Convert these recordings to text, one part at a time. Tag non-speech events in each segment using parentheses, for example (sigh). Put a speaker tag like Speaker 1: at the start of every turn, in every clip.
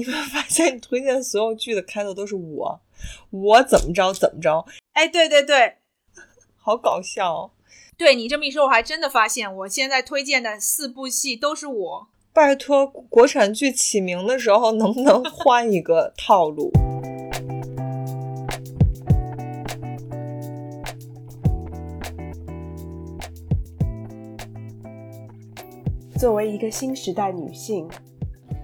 Speaker 1: 你会发现你推荐的所有剧的开头都是我，我怎么着怎么着，
Speaker 2: 哎，对对对，
Speaker 1: 好搞笑、哦。
Speaker 2: 对你这么一说，我还真的发现，我现在推荐的四部戏都是我。
Speaker 1: 拜托，国产剧起名的时候能不能换一个套路？
Speaker 3: 作为一个新时代女性，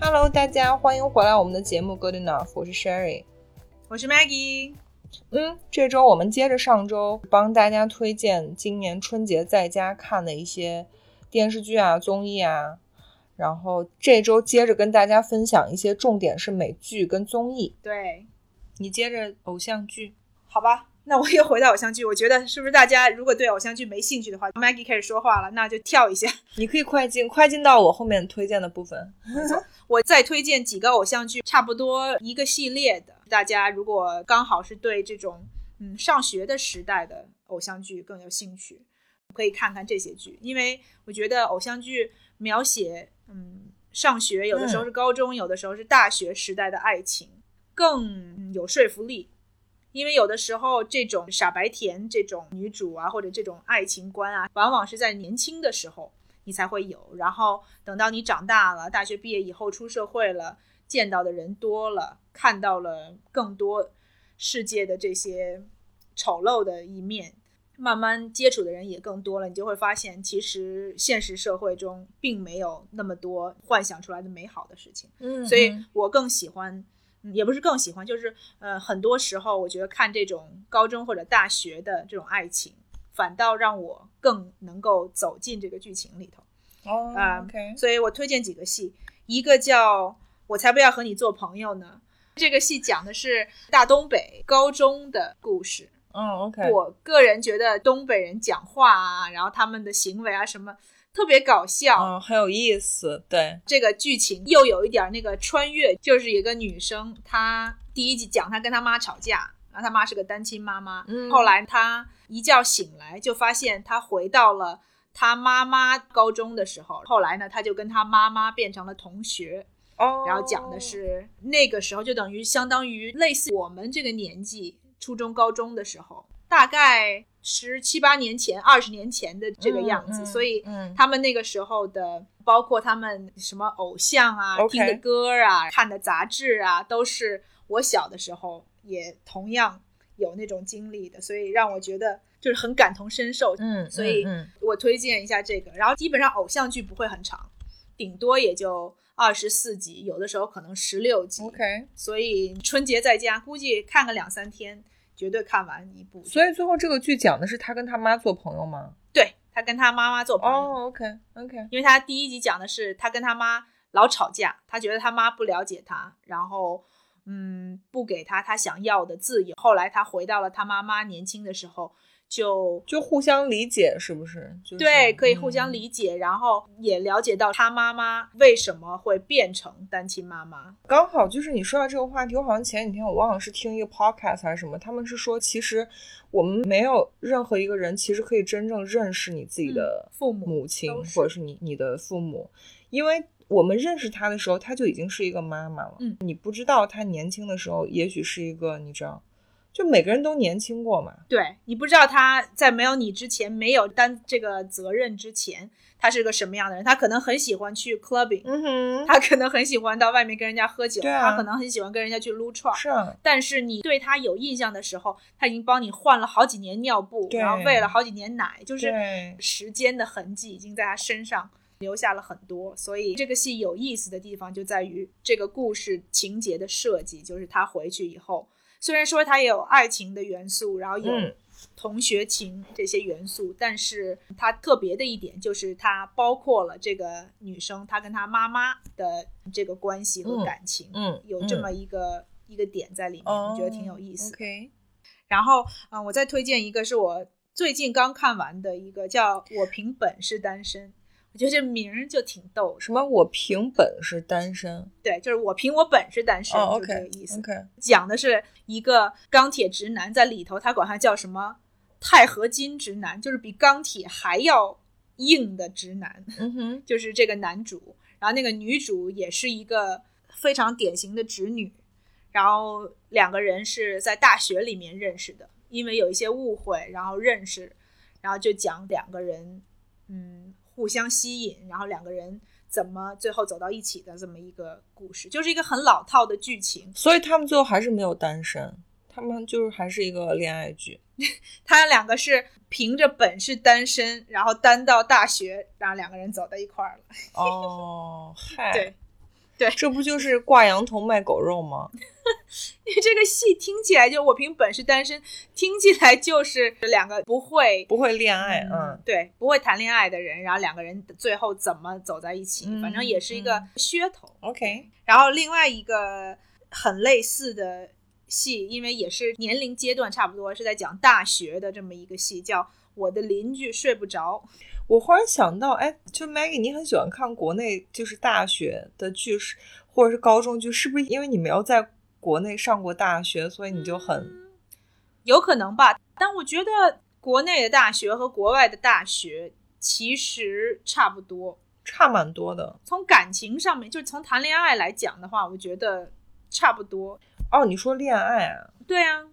Speaker 1: Hello，大家欢迎回来我们的节目 Good Enough，我是 Sherry。
Speaker 2: 我是 Maggie，
Speaker 1: 嗯，这周我们接着上周帮大家推荐今年春节在家看的一些电视剧啊、综艺啊，然后这周接着跟大家分享一些重点是美剧跟综艺。
Speaker 2: 对，
Speaker 1: 你接着偶像剧，
Speaker 2: 好吧，那我又回到偶像剧。我觉得是不是大家如果对偶像剧没兴趣的话，Maggie 开始说话了，那就跳一下。
Speaker 1: 你可以快进，快进到我后面推荐的部分。
Speaker 2: 我再推荐几个偶像剧，差不多一个系列的。大家如果刚好是对这种嗯上学的时代的偶像剧更有兴趣，可以看看这些剧，因为我觉得偶像剧描写嗯上学，有的时候是高中，有的时候是大学时代的爱情，更有说服力。因为有的时候，这种傻白甜、这种女主啊，或者这种爱情观啊，往往是在年轻的时候你才会有。然后等到你长大了，大学毕业以后出社会了，见到的人多了，看到了更多世界的这些丑陋的一面，慢慢接触的人也更多了，你就会发现，其实现实社会中并没有那么多幻想出来的美好的事情。
Speaker 1: 嗯
Speaker 2: 所以我更喜欢，嗯也不是更喜欢，就是呃，很多时候我觉得看这种高中或者大学的这种爱情，反倒让我更能够走进这个剧情里头。
Speaker 1: 哦
Speaker 2: 啊
Speaker 1: OK，
Speaker 2: 所以我推荐几个戏，一个叫《我才不要和你做朋友呢》，这个戏讲的是大东北高中的故事。
Speaker 1: 嗯 OK，
Speaker 2: 我个人觉得东北人讲话啊，然后他们的行为啊什么特别搞笑，
Speaker 1: 嗯很有意思，对，
Speaker 2: 这个剧情又有一点那个穿越，就是一个女生，她第一集讲她跟她妈吵架，然后她妈是个单亲妈妈，
Speaker 4: 嗯
Speaker 2: 后来她一觉醒来就发现她回到了她妈妈高中的时候，后来呢，她就跟她妈妈变成了同学，
Speaker 1: 哦
Speaker 2: 然后讲的是那个时候就等于相当于类似我们这个年纪，初中、高中的时候，大概十七八年前、二十年前的这个样子，
Speaker 1: 嗯嗯
Speaker 2: 所以
Speaker 1: 嗯
Speaker 2: 他们那个时候的，包括他们什么偶像啊、
Speaker 1: OK
Speaker 2: 听的歌啊、看的杂志啊，都是我小的时候也同样有那种经历的，所以让我觉得就是很感同身受。
Speaker 1: 嗯，
Speaker 2: 所以
Speaker 1: 嗯
Speaker 2: 我推荐一下这个。然后基本上偶像剧不会很长，顶多也就二十四集，有的时候可能十六集。
Speaker 1: 嗯 OK，
Speaker 2: 所以春节在家估计看个两三天，绝对看完一部。
Speaker 1: 所以最后这个剧讲的是他跟他妈做朋友吗？
Speaker 2: 对他跟他妈妈做朋友，
Speaker 1: 哦，OK，OK、o k OK，
Speaker 2: 因为他第一集讲的是他跟他妈老吵架，他觉得他妈不了解他，然后嗯不给他他想要的自由。后来他回到了他妈妈年轻的时候，就
Speaker 1: 就互相理解是不是？就是、
Speaker 2: 对，可以互相
Speaker 1: 嗯
Speaker 2: 理解，然后也了解到他妈妈为什么会变成单亲妈妈。
Speaker 1: 刚好就是你说到这个话题，我好像前几天我忘了是听一个 podcast 还是什么，他们是说其实我们没有任何一个人其实可以真正认识你自己的
Speaker 2: 嗯父母
Speaker 1: 母亲、
Speaker 2: 都是
Speaker 1: 或者是你你的父母，因为我们认识他的时候，他就已经是一个妈妈了。
Speaker 2: 嗯，
Speaker 1: 你不知道他年轻的时候，也许是一个你知道，就每个人都年轻过嘛。
Speaker 2: 对你不知道他在没有你之前，没有担这个责任之前，他是个什么样的人。他可能很喜欢去 clubbing，、
Speaker 1: 嗯哼，
Speaker 2: 他可能很喜欢到外面跟人家喝酒，
Speaker 1: 对啊
Speaker 2: 他可能很喜欢跟人家去撸串儿。
Speaker 1: 是啊，
Speaker 2: 但是你对他有印象的时候，他已经帮你换了好几年尿布，
Speaker 1: 对
Speaker 2: 然后喂了好几年奶，就是
Speaker 1: 对
Speaker 2: 时间的痕迹已经在他身上留下了很多。所以这个戏有意思的地方就在于这个故事情节的设计，就是他回去以后，虽然说他也有爱情的元素，然后有
Speaker 1: 嗯
Speaker 2: 同学情这些元素，但是它特别的一点就是它包括了这个女生她跟她妈妈的这个关系和感情，
Speaker 1: 嗯哦
Speaker 2: 有这么一个、一个点在里面，我觉得挺有意思的。
Speaker 4: OK，
Speaker 2: 哦然后，嗯、我再推荐一个是我最近刚看完的一个叫《我凭本事单身》，我觉得这名儿就挺逗，是
Speaker 1: 什么？我凭本事单身。
Speaker 2: 对，就是我凭我本事单身，
Speaker 1: 哦
Speaker 2: 就这个
Speaker 1: ，OK
Speaker 2: 意思。
Speaker 1: OK，
Speaker 2: 讲的是一个钢铁直男在里头，他管他叫什么钛合金直男，就是比钢铁还要硬的直男，
Speaker 1: 嗯哼，
Speaker 2: 就是这个男主。然后那个女主也是一个非常典型的直女，然后两个人是在大学里面认识的，因为有一些误会，然后认识，然后就讲两个人嗯互相吸引，然后两个人。怎么最后走到一起的这么一个故事，就是一个很老套的剧情，
Speaker 1: 所以他们最后还是没有单身，他们就是还是一个恋爱剧。
Speaker 2: 他两个是凭着本事单身，然后单到大学，然后两个人走到一块儿了。
Speaker 1: 哦，嗨，
Speaker 2: (laughs) 对，
Speaker 1: 这不就是挂羊头卖狗肉吗？
Speaker 2: 因 (laughs) 为这个戏听起来就我凭本事单身，听起来就是两个不会
Speaker 1: 不会恋爱，
Speaker 2: 嗯
Speaker 1: 嗯，
Speaker 2: 对，不会谈恋爱的人，然后两个人最后怎么走在一起，
Speaker 1: 嗯
Speaker 2: 反正也是一个噱头。
Speaker 1: ，OK，
Speaker 2: 然后另外一个很类似的戏，因为也是年龄阶段差不多，是在讲大学的这么一个戏，叫《我的邻居睡不着》。
Speaker 1: 我忽然想到，哎，就 Maggie，你很喜欢看国内就是大学的剧，是或者是高中剧，是不是因为你没有在国内上过大学，所以你就
Speaker 2: 嗯
Speaker 1: 很
Speaker 2: 有可能吧。但我觉得国内的大学和国外的大学其实差不多，
Speaker 1: 差蛮多的？
Speaker 2: 从感情上面，就是从谈恋爱来讲的话，我觉得差不多。
Speaker 1: 哦，你说恋爱啊？
Speaker 2: 对啊，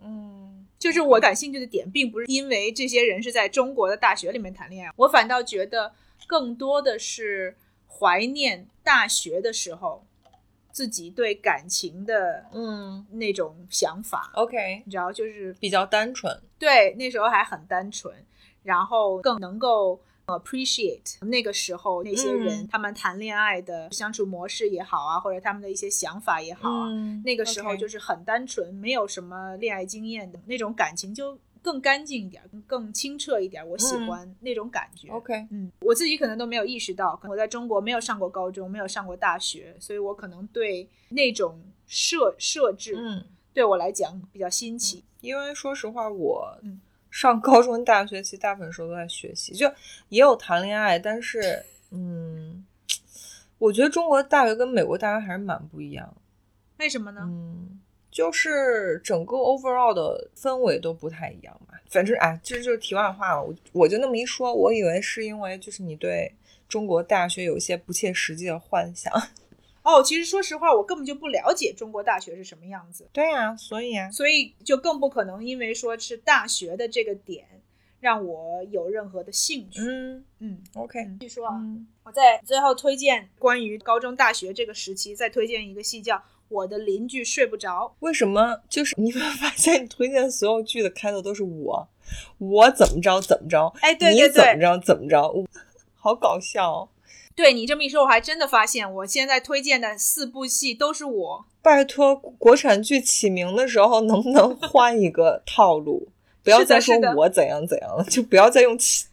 Speaker 1: 嗯，
Speaker 2: 就是我感兴趣的点，并不是因为这些人是在中国的大学里面谈恋爱，我反倒觉得更多的是怀念大学的时候自己对感情的
Speaker 1: 嗯
Speaker 2: 那种想法。
Speaker 1: ，OK，
Speaker 2: 你知道，就是
Speaker 1: 比较单纯。
Speaker 2: 对，那时候还很单纯，然后更能够呃 appreciate 那个时候那些人、
Speaker 1: 嗯
Speaker 2: 他们谈恋爱的相处模式也好啊，或者他们的一些想法也好啊，
Speaker 1: 嗯
Speaker 2: 那个时候
Speaker 1: OK
Speaker 2: 就是很单纯，没有什么恋爱经验的那种感情就更干净一点，更清澈一点，我喜
Speaker 1: 嗯
Speaker 2: 欢那种感觉。
Speaker 1: OK，
Speaker 2: 嗯，我自己可能都没有意识到，可能我在中国没有上过高中，没有上过大学，所以我可能对那种设设置、
Speaker 1: 嗯，
Speaker 2: 对我来讲比较新奇。
Speaker 1: 因为说实话，我
Speaker 2: 嗯
Speaker 1: 上高中、大学其实大部分时候都在学习，就也有谈恋爱，但是嗯，我觉得中国大学跟美国大学还是蛮不一样的。
Speaker 2: 为什么呢？
Speaker 1: 嗯，就是整个 overall 的氛围都不太一样吧。反正哎，这就是题外话了。我我就那么一说，我以为是因为就是你对中国大学有一些不切实际的幻想。 (laughs)
Speaker 2: 哦，其实说实话，我根本就不了解中国大学是什么样子，
Speaker 1: 对呀、所以啊，
Speaker 2: 所以就更不可能因为说是大学的这个点让我有任何的兴趣。
Speaker 1: 嗯
Speaker 2: 嗯，
Speaker 1: ，OK，
Speaker 2: 继续说啊，
Speaker 1: 嗯
Speaker 2: 我在最后推荐关于高中、大学这个时期，再推荐一个戏叫《我的邻居睡不着》。
Speaker 1: 为什么就是你会发现你推荐所有剧的开头都是我，我怎么着怎么着，
Speaker 2: 哎，对对
Speaker 1: 你怎么
Speaker 2: 对，
Speaker 1: 着怎么着，我好搞笑、哦！
Speaker 2: 对你这么一说，我还真的发现我现在推荐的四部戏都是我。
Speaker 1: 拜托，国产剧起名的时候能不能换一个套路？不要再说
Speaker 2: 是的
Speaker 1: 我怎样怎样了，就不要再用起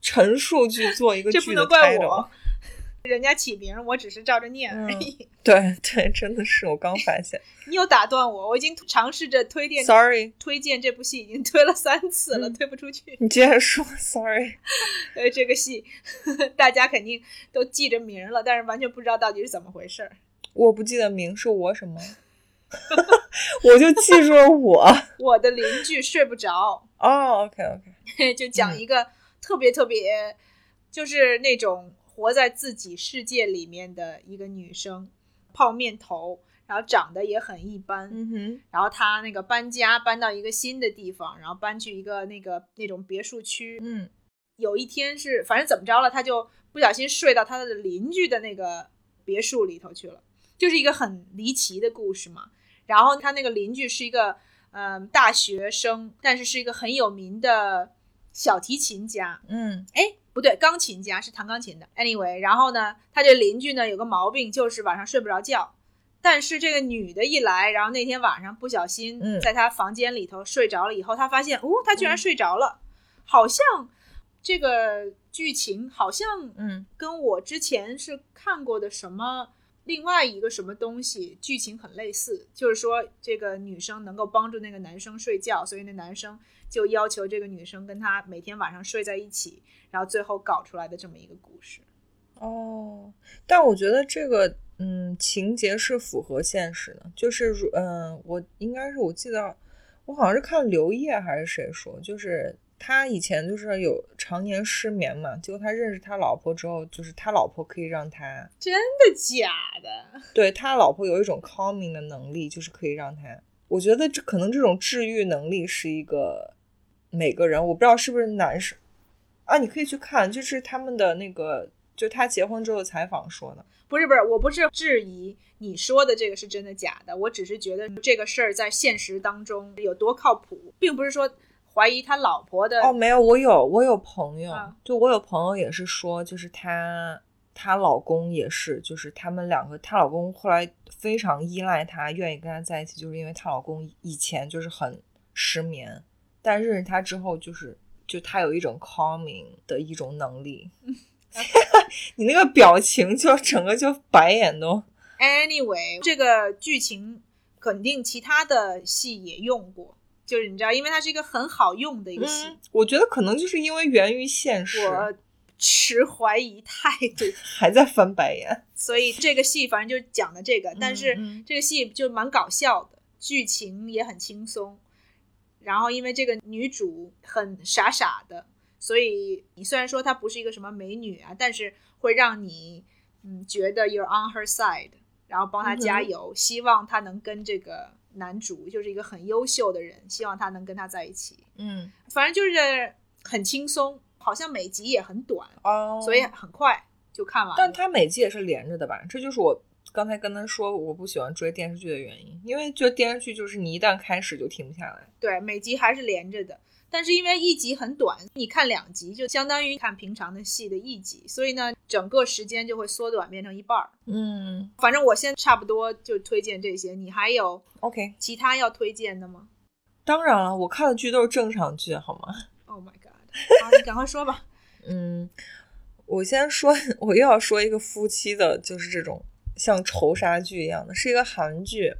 Speaker 1: 陈述句做一个
Speaker 2: 这不
Speaker 1: 剧
Speaker 2: 能
Speaker 1: 的
Speaker 2: 怪
Speaker 1: 开
Speaker 2: 我 (laughs)
Speaker 1: 头。
Speaker 2: 人家起名，我只是照着念
Speaker 1: 嗯
Speaker 2: 而已。
Speaker 1: (laughs)
Speaker 2: (laughs)
Speaker 1: 对对，真的是我刚发现
Speaker 2: 你又打断我，我已经尝试着推荐
Speaker 1: ，sorry，
Speaker 2: 推荐这部戏已经推了三次了，
Speaker 1: 嗯
Speaker 2: 推不出去。
Speaker 1: 你接着说，sorry。 (laughs)
Speaker 2: 呃，这个戏 (laughs) 大家肯定都记着名儿了，但是完全不知道到底是怎么回事儿。
Speaker 1: 我不记得名是我什么， (laughs) 我就记住了我。
Speaker 2: 我的邻居睡不着， (laughs)
Speaker 1: 哦，OK，OK、o k OK，
Speaker 2: 就讲
Speaker 1: 嗯
Speaker 2: 一个特别特别，就是那种活在自己世界里面的一个女生，泡面头，然后长得也很一般，
Speaker 1: 嗯哼，
Speaker 2: 然后她那个搬家搬到一个新的地方，然后搬去一个那个那种别墅区，
Speaker 1: 嗯
Speaker 2: 有一天是反正怎么着了，他就不小心睡到他的邻居的那个别墅里头去了，就是一个很离奇的故事嘛。然后他那个邻居是一个嗯、大学生，但是是一个很有名的小提琴家，
Speaker 1: 嗯
Speaker 2: 哎不对，钢琴家是弹钢琴的。Anyway，然后呢，他这邻居呢有个毛病，就是晚上睡不着觉。但是这个女的一来，然后那天晚上不小心
Speaker 1: 嗯
Speaker 2: 在她房间里头睡着了，以后她发现，哦，她居然睡着了，好像这个剧情好像
Speaker 1: 嗯
Speaker 2: 跟我之前是看过的什么另外一个什么东西剧情很类似，就是说这个女生能够帮助那个男生睡觉，所以那男生就要求这个女生跟他每天晚上睡在一起，然后最后搞出来的这么一个故事。
Speaker 1: 哦，但我觉得这个嗯情节是符合现实的，就是如嗯，我应该是我记得我好像是看刘烨还是谁说，就是他以前就是有常年失眠嘛，结果他认识他老婆之后，就是他老婆可以让他
Speaker 2: 真的假的？
Speaker 1: 对他老婆有一种 calming 的能力，就是可以让他，我觉得这可能这种治愈能力是一个每个人，我不知道是不是男生啊，你可以去看，就是他们的那个，就他结婚之后的采访说的。
Speaker 2: 不是不是，我不是质疑你说的这个是真的假的，我只是觉得这个事儿在现实当中有多靠谱，并不是说怀疑他老婆的
Speaker 1: 哦，没有，我有我有朋友，
Speaker 2: 啊
Speaker 1: 就我有朋友也是说，就是她她老公也是，就是他们两个，她老公后来非常依赖她，愿意跟她在一起，就是因为她老公以前就是很失眠，但认识她之后，就是就她有一种 calming 的一种能
Speaker 2: (laughs)
Speaker 1: 力。 (laughs) 你那个表情就整个就白眼都
Speaker 2: Anyway，这个剧情肯定其他的戏也用过，就是你知道，因为它是一个很好用的一个戏。
Speaker 1: 嗯，我觉得可能就是因为源于现实，
Speaker 2: 我持怀疑态度，
Speaker 1: 还在翻白眼。
Speaker 2: 所以这个戏反正就讲的这个，但
Speaker 1: 嗯
Speaker 2: 是这个戏就蛮搞笑的，剧情也很轻松。然后因为这个女主很傻傻的，所以你虽然说她不是一个什么美女啊，但是会让你嗯觉得 you're on her side，然后帮她加油，希望她能跟这个男主就是一个很优秀的人，希望她能跟他在一起。
Speaker 1: 嗯，
Speaker 2: 反正就是很轻松，好像每集也很短，
Speaker 1: 哦
Speaker 2: 嗯所以很快就看完了。
Speaker 1: 但它每季也是连着的吧？这就是我刚才跟他说我不喜欢追电视剧的原因，因为就电视剧就是你一旦开始就停不下来。
Speaker 2: 对，每集还是连着的。但是因为一集很短，你看两集就相当于看平常的戏的一集，所以呢，整个时间就会缩短，变成一半儿。
Speaker 1: 嗯
Speaker 2: 反正我现在差不多就推荐这些，你还有
Speaker 1: ，OK，
Speaker 2: 其他要推荐的吗
Speaker 1: 当然了，我看的剧都是正常剧，好吗？ (laughs)
Speaker 2: ？Oh my god！好， (laughs) 你赶快说吧。
Speaker 1: 嗯，我先说， (laughs) 我又要说一个夫妻的，就是这种像仇杀剧一样的，是一个韩剧，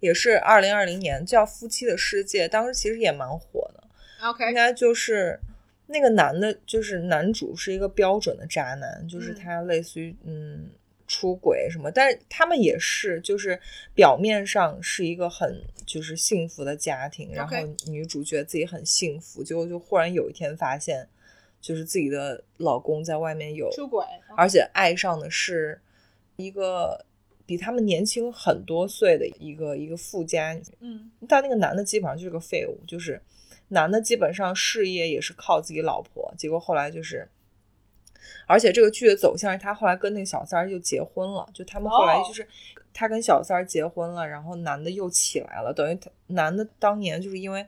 Speaker 1: 也是二零二零年叫《夫妻的世界》，当时其实也蛮火的。应
Speaker 2: OK，
Speaker 1: 该就是那个男的，就是男主是一个标准的渣男，就是
Speaker 2: 嗯
Speaker 1: 他类似于嗯出轨什么，但是他们也是就是表面上是一个很就是幸福的家庭，然后
Speaker 2: OK
Speaker 1: 女主觉得自己很幸福，结果就忽然有一天发现，就是自己的老公在外面有
Speaker 2: 出轨。
Speaker 1: 而且爱上的是一个比他们年轻很多岁的一个一个富家女，
Speaker 2: 嗯
Speaker 1: 但那个男的基本上就是个废物，就是男的基本上事业也是靠自己老婆，结果后来就是，而且这个剧的走向是他后来跟那个小三儿就结婚了，就他们后来
Speaker 2: 哦
Speaker 1: 就是、他跟小三儿结婚了，然后男的又起来了，等于他男的当年就是因为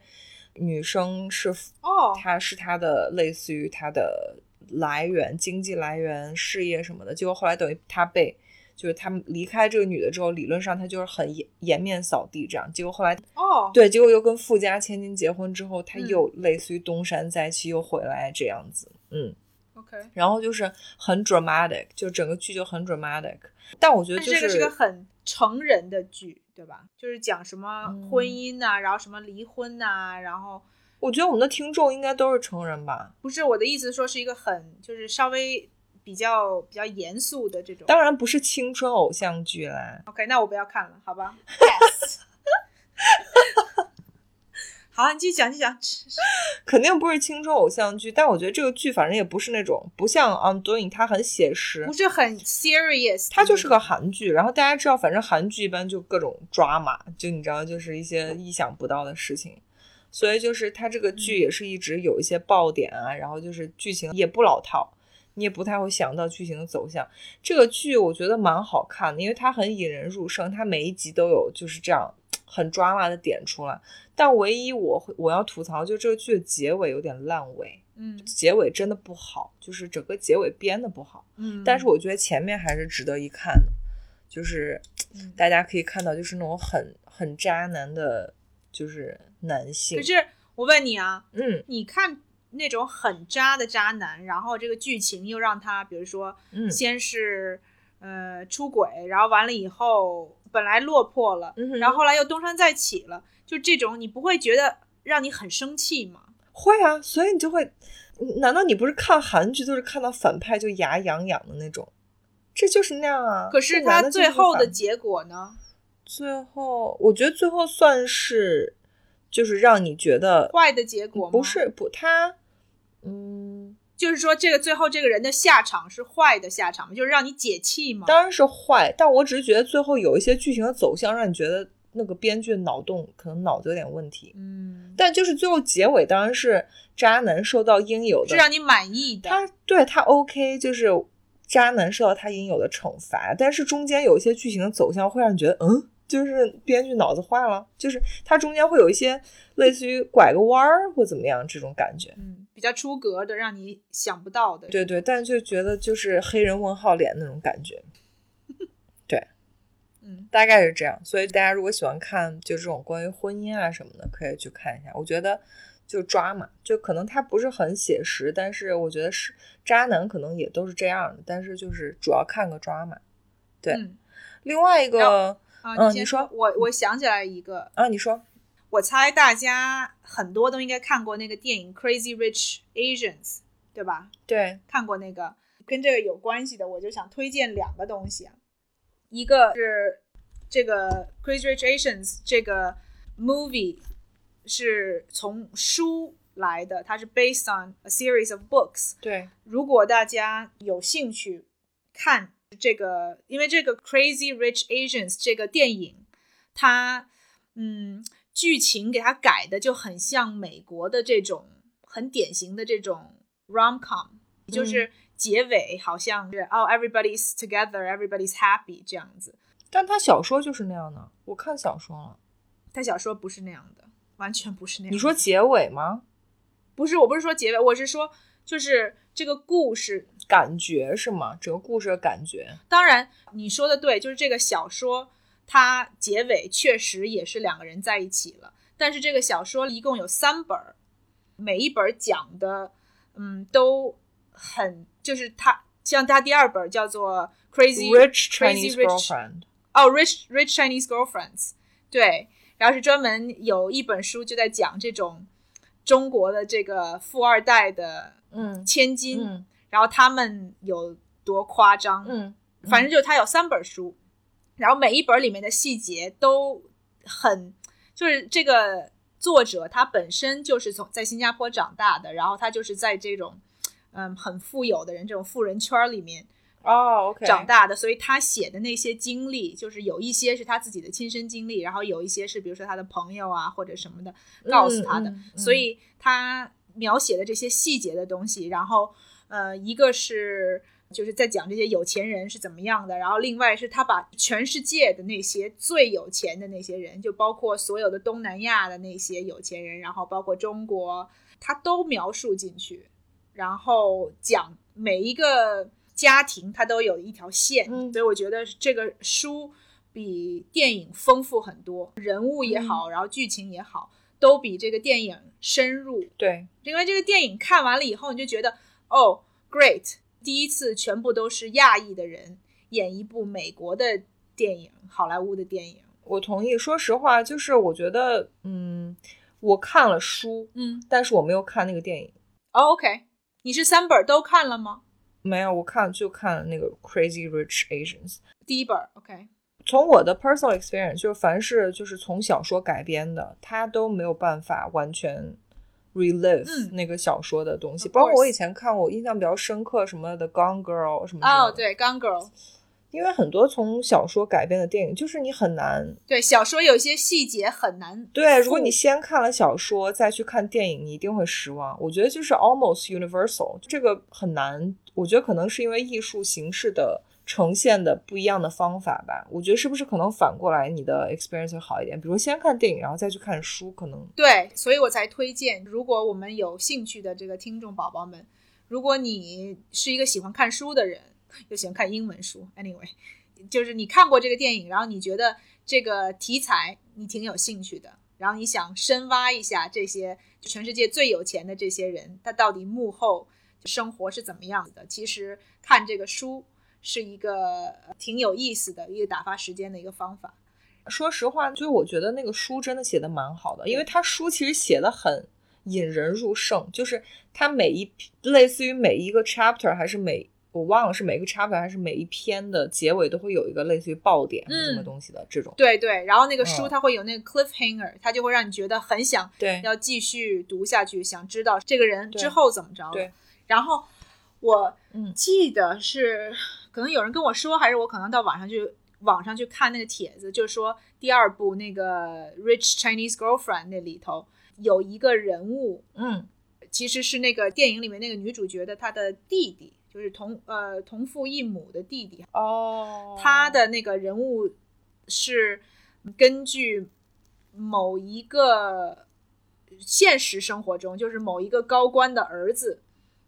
Speaker 1: 女生是
Speaker 2: 哦
Speaker 1: 他是他的类似于他的来源、经济来源、事业什么的。结果后来等于他被，就是他们离开这个女的之后，理论上他就是很颜颜面扫地这样。结果后来
Speaker 2: 哦，
Speaker 1: 对，结果又跟富家千金结婚之后，他
Speaker 2: 嗯
Speaker 1: 又类似于东山再起，又回来这样子。嗯，
Speaker 2: ，OK。
Speaker 1: 然后就是很 dramatic，就整个剧就很 dramatic。但我觉得
Speaker 2: 但
Speaker 1: 就是
Speaker 2: 哎这个是个很成人的剧，对吧？就是讲什么
Speaker 1: 嗯
Speaker 2: 婚姻呐、然后什么离婚呐、然后
Speaker 1: 我觉得我们的听众应该都是成人吧。
Speaker 2: 不是我的意思，说是一个很就是稍微比较比较严肃的这种。
Speaker 1: 当然不是青春偶像剧啦，
Speaker 2: OK，那我不要看了，好吧
Speaker 1: (laughs)
Speaker 2: ？Pass。好，啊你继续讲，继续讲。
Speaker 1: 肯定不是青春偶像剧，但我觉得这个剧反正也不是那种不像《Undoing》，它很写实
Speaker 2: 不，是很 serious，
Speaker 1: 它就是个韩剧。然后大家知道，反正韩剧一般就各种抓马，就你知道，就是一些意想不到的事情。所以就是它这个剧也是一直有一些爆点啊，然后就是剧情也不老套，你也不太会想到剧情的走向。这个剧我觉得蛮好看的，因为它很引人入胜，它每一集都有就是这样很抓马的点出来。但唯一我会我要吐槽，就是这个剧的结尾有点烂尾，
Speaker 2: 嗯
Speaker 1: 结尾真的不好，就是整个结尾编的不好。
Speaker 2: 嗯，
Speaker 1: 但是我觉得前面还是值得一看的，就是
Speaker 2: 嗯
Speaker 1: 大家可以看到，就是那种很很渣男的，就是男性
Speaker 2: 可。是我问你啊，
Speaker 1: 嗯
Speaker 2: 你看那种很渣的渣男，然后这个剧情又让他，比如说
Speaker 1: 嗯
Speaker 2: 先是、呃出轨，然后完了以后本来落魄了，
Speaker 1: 嗯哼
Speaker 2: 然后后来又东山再起了，就这种你不会觉得让你很生气吗？
Speaker 1: 会啊，所以你就会，嗯难道你不是看韩剧都是看到反派就牙痒痒的那种？这就是那样啊。
Speaker 2: 可是
Speaker 1: 这男
Speaker 2: 他
Speaker 1: 的就
Speaker 2: 最
Speaker 1: 是
Speaker 2: 后的
Speaker 1: 反
Speaker 2: 结果呢？
Speaker 1: 最后，我觉得最后算是，就是让你觉得
Speaker 2: 坏的结果吗
Speaker 1: 嗯不是不他，嗯，
Speaker 2: 就是说这个最后这个人的下场是坏的下场吗？就是让你解气吗？
Speaker 1: 当然是坏，但我只是觉得最后有一些剧情的走向让你觉得那个编剧脑洞可能脑子有点问题。
Speaker 2: 嗯，
Speaker 1: 但就是最后结尾当然是渣男受到应有
Speaker 2: 是
Speaker 1: 的，
Speaker 2: 让你满意的。
Speaker 1: 他对他 OK，就是渣男受到他应有的惩罚，但是中间有一些剧情的走向会让你觉得，嗯，就是编剧脑子坏了，就是他中间会有一些类似于拐个弯儿或怎么样这种感觉。
Speaker 2: 嗯，比较出格的，让你想不到的。
Speaker 1: 对对，但就觉得就是黑人问号脸那种感觉，
Speaker 2: 嗯，
Speaker 1: 大概是这样。所以大家如果喜欢看就这种关于婚姻啊什么的，可以去看一下。我觉得就抓嘛，就可能它不是很写实，但是我觉得是渣男可能也都是这样的，但是就是主要看个抓嘛。对
Speaker 2: 嗯
Speaker 1: 另外一个
Speaker 2: 啊，
Speaker 1: 嗯
Speaker 2: 先
Speaker 1: 你说
Speaker 2: 我我想起来一个，
Speaker 1: 啊，你说，
Speaker 2: 我猜大家很多都应该看过那个电影《Crazy Rich Asians》，对吧？
Speaker 1: 对，
Speaker 2: 看过那个跟这个有关系的，我就想推荐两个东西啊，一个是这个《Crazy Rich Asians》这个 movie 是从书来的，它是 based on a series of books，
Speaker 1: 对，
Speaker 2: 如果大家有兴趣看这个，因为这个《Crazy Rich Asians》这个电影，它嗯剧情给它改的就很像美国的这种很典型的这种 rom com，就是
Speaker 1: 嗯
Speaker 2: 结尾好像是哦、everybody's together, everybody's happy 这样子。
Speaker 1: 但他小说就是那样的，我看小说了。
Speaker 2: 但小说不是那样的，完全不是那样的。
Speaker 1: 你说结尾吗？
Speaker 2: 不是？我不是说结尾，我是说就是这个故事
Speaker 1: 感觉是吗？整个故事的感觉，
Speaker 2: 当然，你说的对，就是这个小说它结尾确实也是两个人在一起了，但是这个小说一共有三本儿，每一本儿讲的，嗯，都很就是它像它第二本儿叫做 Crazy
Speaker 1: Rich
Speaker 2: Crazy
Speaker 1: Chinese
Speaker 2: Rich
Speaker 1: Girlfriend
Speaker 2: 哦，Rich Rich Chinese Girlfriends，对，然后是专门有一本书就在讲这种中国的这个富二代的
Speaker 1: 嗯
Speaker 2: 千金，
Speaker 1: 嗯
Speaker 2: 然后他们有多夸张，
Speaker 1: 嗯
Speaker 2: 反正就是它有三本书，然后每一本里面的细节都很，就是这个作者他本身就是从在新加坡长大的，然后他就是在这种嗯很富有的人这种富人圈里面
Speaker 1: 哦，OK，
Speaker 2: 长大的，所以他写的那些经历，就是有一些是他自己的亲身经历，然后有一些是比如说他的朋友啊或者什么的告诉他的，
Speaker 1: 嗯嗯嗯
Speaker 2: 所以他描写的这些细节的东西，然后呃，一个是就是在讲这些有钱人是怎么样的，然后另外是他把全世界的那些最有钱的那些人，就包括所有的东南亚的那些有钱人，然后包括中国，他都描述进去。然后讲每一个家庭，它都有一条线，
Speaker 1: 嗯
Speaker 2: 所以我觉得这个书比电影丰富很多，人物也好，然后剧情也好，都比这个电影深入。
Speaker 1: 对，
Speaker 2: 因为这个电影看完了以后，你就觉得哦，great，第一次全部都是亚裔的人演一部美国的电影，好莱坞的电影。
Speaker 1: 我同意。说实话，就是我觉得，嗯，我看了书，
Speaker 2: 嗯、
Speaker 1: 但是我没有看那个电影。
Speaker 2: o k 哦你是三本都看了吗？
Speaker 1: 没有，我看就看了那个《Crazy Rich Asians》。
Speaker 2: 第一本，OK，
Speaker 1: 从我的 personal experience，就是凡是就是从小说改编的，它都没有办法完全 relive
Speaker 2: 嗯
Speaker 1: 那个小小说的东西。
Speaker 2: Of
Speaker 1: 包括我
Speaker 2: course
Speaker 1: 以前看过，我印象比较深刻什么的《Gone Girl》什么之类
Speaker 2: 哦、
Speaker 1: 的，
Speaker 2: 对，《Gone Girl》。
Speaker 1: 因为很多从小说改编的电影，就是你很难
Speaker 2: 对，小说有些细节很难复。
Speaker 1: 对，如果你先看了小说再去看电影，你一定会失望。我觉得就是 almost universal，这个很难。我觉得可能是因为艺术形式的呈现的不一样的方法吧。我觉得是不是可能反过来你的 experience 会好一点？比如先看电影，然后再去看书，可能
Speaker 2: 对，所以我才推荐，如果我们有兴趣的这个听众宝宝们，如果你是一个喜欢看书的人，又喜欢看英文书，anyway，就是你看过这个电影，然后你觉得这个题材你挺有兴趣的，然后你想深挖一下这些全世界最有钱的这些人，他到底幕后生活是怎么样的？其实看这个书是一个呃挺有意思的一个打发时间的一个方法。
Speaker 1: 说实话，就是我觉得那个书真的写的蛮好的，因为他书其实写的很引人入胜，就是他每一类似于每一个 chapter 还是每我忘了是每个 chapter 还是每一篇的结尾都会有一个类似于爆点还是什么
Speaker 2: 嗯
Speaker 1: 东西的这种。
Speaker 2: 对对，然后那个书
Speaker 1: 嗯
Speaker 2: 它会有那个 cliffhanger，、它就会让你觉得很想
Speaker 1: 对
Speaker 2: 要继续读下去，想知道这个人
Speaker 1: 对
Speaker 2: 之后怎么着。
Speaker 1: 对，
Speaker 2: 然后我
Speaker 1: 嗯
Speaker 2: 记得是、可能有人跟我说，还是我可能到网上去网上去看那个帖子，就是说第二部那个 Rich Chinese Girlfriend 那里头有一个人物，
Speaker 1: 嗯，
Speaker 2: 其实是那个电影里面那个女主角的她的弟弟，就是同呃同父异母的弟弟，
Speaker 1: 哦
Speaker 2: 他的那个人物是根据某一个现实生活中，就是某一个高官的儿子，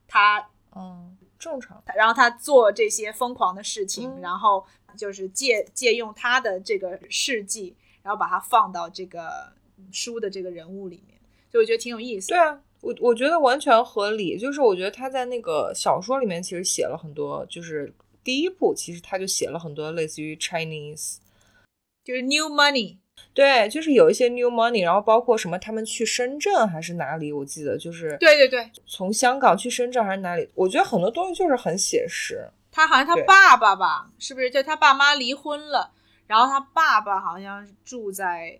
Speaker 2: 他
Speaker 1: 嗯正常。
Speaker 2: 然后他做这些疯狂的事情，
Speaker 1: 嗯
Speaker 2: 然后就是借借用他的这个事迹，然后把它放到这个书的这个人物里面，所以我觉得挺有意思的。
Speaker 1: 对啊，我我觉得完全合理。就是我觉得他在那个小说里面其实写了很多，就是第一部其实他就写了很多类似于 Chinese，
Speaker 2: 就是 new money，
Speaker 1: 对，就是有一些 new money，然后包括什么他们去深圳还是哪里，我记得就是
Speaker 2: 对对对，
Speaker 1: 从香港去深圳还是哪里，我觉得很多东西就是很写实。
Speaker 2: 他好像他
Speaker 1: 对
Speaker 2: 爸爸吧，是不是？就他爸妈离婚了，然后他爸爸好像住在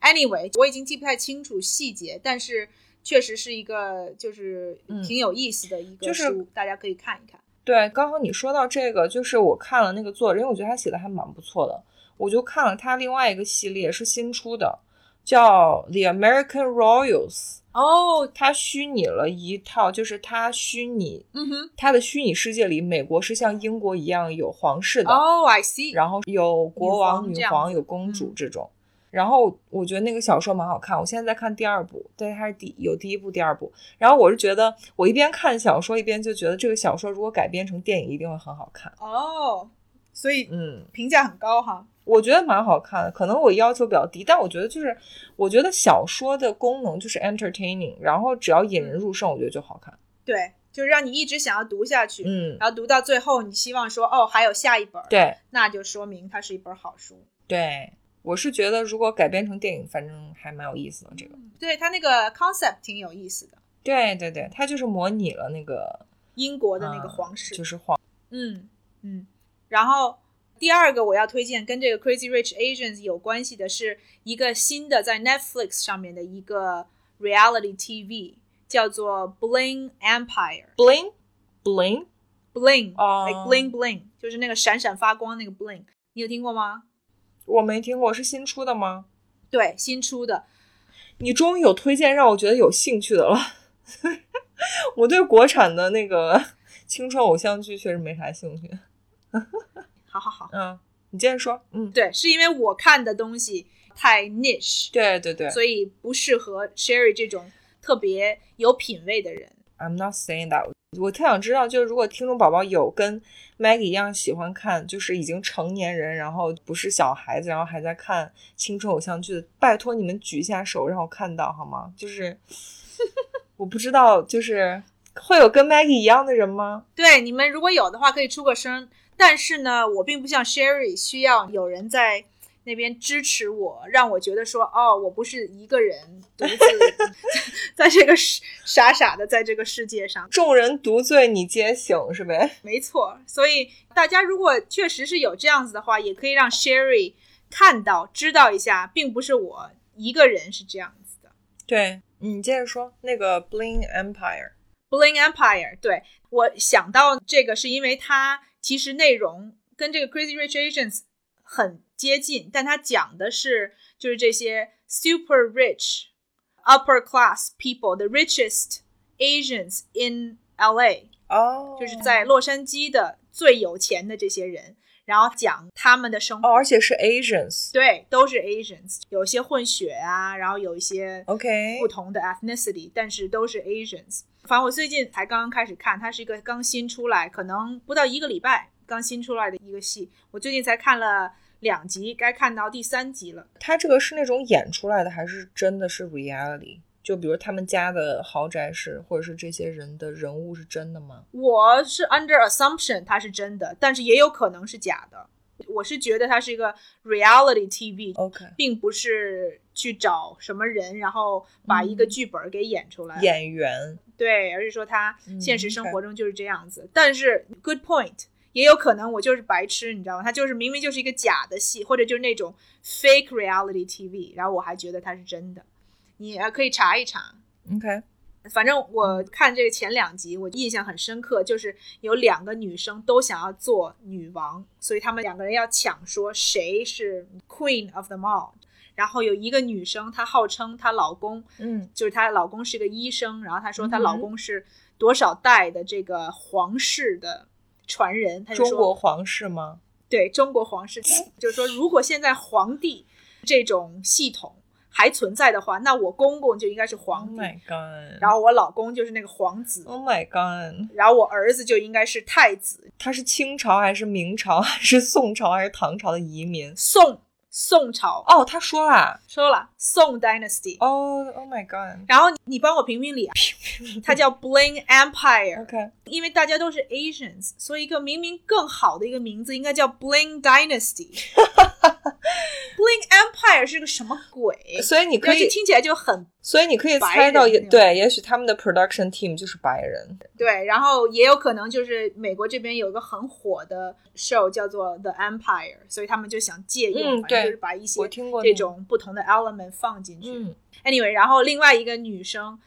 Speaker 2: ，anyway，我已经记不太清楚细节，但是确实是一个就是
Speaker 1: 嗯
Speaker 2: 挺有意思的一个
Speaker 1: 就是
Speaker 2: 书，大家可以看一看。
Speaker 1: 对，刚好你说到这个，就是我看了那个作者，因为我觉得他写的还蛮不错的，我就看了他另外一个系列是新出的，叫《The American Royals》。
Speaker 2: 哦，
Speaker 1: 他虚拟了一套，就是他虚拟
Speaker 2: 嗯哼，
Speaker 1: 他的虚拟世界里，美国是像英国一样有皇室的，
Speaker 2: 哦，I see，
Speaker 1: 然后有国王、
Speaker 2: 女皇
Speaker 1: 女
Speaker 2: 这样
Speaker 1: 皇、
Speaker 2: 子
Speaker 1: 有公主
Speaker 2: 嗯
Speaker 1: 这种。然后我觉得那个小说蛮好看，我现在在看第二部，对，它是第有第一部、第二部。然后我是觉得，我一边看小说，一边就觉得这个小说如果改编成电影，一定会很好看。
Speaker 2: 哦，所以
Speaker 1: 嗯，
Speaker 2: 评价很高哈。
Speaker 1: 我觉得蛮好看的，可能我要求比较低，但我觉得就是，我觉得小说的功能就是 entertaining，然后只要
Speaker 2: 嗯
Speaker 1: 引人入胜，我觉得就好看。
Speaker 2: 对，就是让你一直想要读下去，
Speaker 1: 嗯，
Speaker 2: 然后读到最后，你希望说哦，还有下一本，，
Speaker 1: 对。
Speaker 2: 那就说明它是一本好书。
Speaker 1: 对，我是觉得如果改编成电影，反正还蛮有意思的。这个，
Speaker 2: 对它那个 concept 挺有意思的。
Speaker 1: 对对对，它就是模拟了那个
Speaker 2: 英国的那个
Speaker 1: 啊
Speaker 2: 皇室，
Speaker 1: 就是黄，
Speaker 2: 嗯嗯。然后第二个我要推荐跟这个 Crazy Rich Asians 有关系的是一个新的在 Netflix 上面的一个 reality TV，叫做 Bling Empire。
Speaker 1: bling bling
Speaker 2: Bling，like、
Speaker 1: 哦
Speaker 2: bling bling，就是那个闪闪发光那个 bling，你有听过吗？
Speaker 1: 我没听过，是新出的吗？
Speaker 2: 对，新出的，
Speaker 1: 你终于有推荐让我觉得有兴趣的了。 (laughs) 我对国产的那个 (laughs) 青春偶像剧确实没啥兴趣。
Speaker 2: 好好好，
Speaker 1: 嗯，你接着说。嗯，
Speaker 2: 对，是因为我看的东西太 niche，
Speaker 1: 对对对
Speaker 2: 所以不适合 Sherry 这种特别有品味的人。
Speaker 1: ，I'm not saying that。我特想知道，就是如果听众宝宝有跟 Maggie 一样喜欢看，就是已经成年人，然后不是小孩子，然后还在看青春偶像剧的，拜托你们举一下手让我看到好吗？就是我不知道，就是会有跟 Maggie 一样的人吗？
Speaker 2: 对，你们如果有的话可以出个声，但是呢，我并不像 Sherry 需要有人在那边支持我，让我觉得说，哦，我不是一个人独自 (laughs) 在这个世傻傻的在这个世界上。
Speaker 1: 众人独醉你皆醒是呗？
Speaker 2: 没错，所以大家如果确实是有这样子的话，也可以让 Sherry 看到、知道一下，并不是我一个人是这样子的。
Speaker 1: 对，你接着说那个 Bling Empire。
Speaker 2: Bling Empire，对我想到这个是因为它其实内容跟这个 Crazy Rich Asians 很接近，但它讲的是就是这些 super rich upper class people，the richest Asians in LA，
Speaker 1: 哦
Speaker 2: 就是在洛杉矶的最有钱的这些人，然后讲他们的生活，
Speaker 1: 哦，而且是 Asians。
Speaker 2: 对，都是 Asians，有些混血啊，然后有一些
Speaker 1: OK，
Speaker 2: 不同的 ethnicity，但是都是 Asians。反正我最近才刚刚开始看，它是一个刚新出来，可能不到一个礼拜，刚新出来的一个戏，我最近才看了两集，该看到第三集了。
Speaker 1: 他这个是那种演出来的，还是真的是 reality？就比如他们家的豪宅是，或者是这些人的人物是真的吗？
Speaker 2: 我是 under assumption 它是真的，但是也有可能是假的。我是觉得它是一个 reality TV，
Speaker 1: OK，
Speaker 2: 并不是去找什么人，然后把一个剧本给演出来。
Speaker 1: 嗯演员
Speaker 2: 对，而是说他
Speaker 1: 嗯
Speaker 2: 现实生
Speaker 1: ，OK
Speaker 2: 活中就是这样子。但是 good point，也有可能我就是白痴，你知道吗？他就是明明就是一个假的戏，或者就是那种 fake reality TV，然后我还觉得它是真的。你呃可以查一查。
Speaker 1: ，OK，
Speaker 2: 反正
Speaker 1: 嗯
Speaker 2: 我看这个前两集，我印象很深刻，就是有两个女生都想要做女王，所以她们两个人要抢说谁是 queen of them all。然后有一个女生，她号称她老公
Speaker 1: 嗯
Speaker 2: 就是她老公是个医生，然后她说她
Speaker 1: 嗯哼
Speaker 2: 老公是多少代的这个皇室的传人，她就
Speaker 1: 中
Speaker 2: 说
Speaker 1: 国皇室吗？
Speaker 2: 对中国皇室，就是说如果现在皇帝这种系统还存在的话，那我公公就应该是
Speaker 1: Oh
Speaker 2: 皇帝，
Speaker 1: my god！
Speaker 2: 然后我老公就是那个皇子，
Speaker 1: Oh my god！
Speaker 2: 然后我儿子就应该是太子，
Speaker 1: 他是清朝还是明朝还是宋朝还是唐朝的移民？
Speaker 2: 宋宋朝
Speaker 1: 哦，他说啦， (laughs)
Speaker 2: 说了宋 dynasty，、
Speaker 1: 哦，Oh my god！
Speaker 2: 然后你你帮我评评理
Speaker 1: (laughs)
Speaker 2: 啊，它叫 Bling Empire。
Speaker 1: OK，
Speaker 2: 因为大家都是 Asians，所以一个明明更好的一个名字应该叫 Bling Dynasty。Bling Empire 是个什么鬼？
Speaker 1: 所以你可
Speaker 2: 但
Speaker 1: 以
Speaker 2: 是，听起来就很
Speaker 1: 所以你可以
Speaker 2: 白
Speaker 1: 猜到
Speaker 2: 人
Speaker 1: 也
Speaker 2: 那种
Speaker 1: 对，也许他们的 production team 就是白人。
Speaker 2: 对，然后也有可能就是美国这边有一个很火的 show 叫做 The Empire，所以他们就想借用，
Speaker 1: 嗯
Speaker 2: 反正
Speaker 1: 对
Speaker 2: 就是把一些
Speaker 1: 我听过那
Speaker 2: 这
Speaker 1: 个
Speaker 2: 种不同的 element 放进去。
Speaker 1: 嗯
Speaker 2: Anyway，然后另外一个女生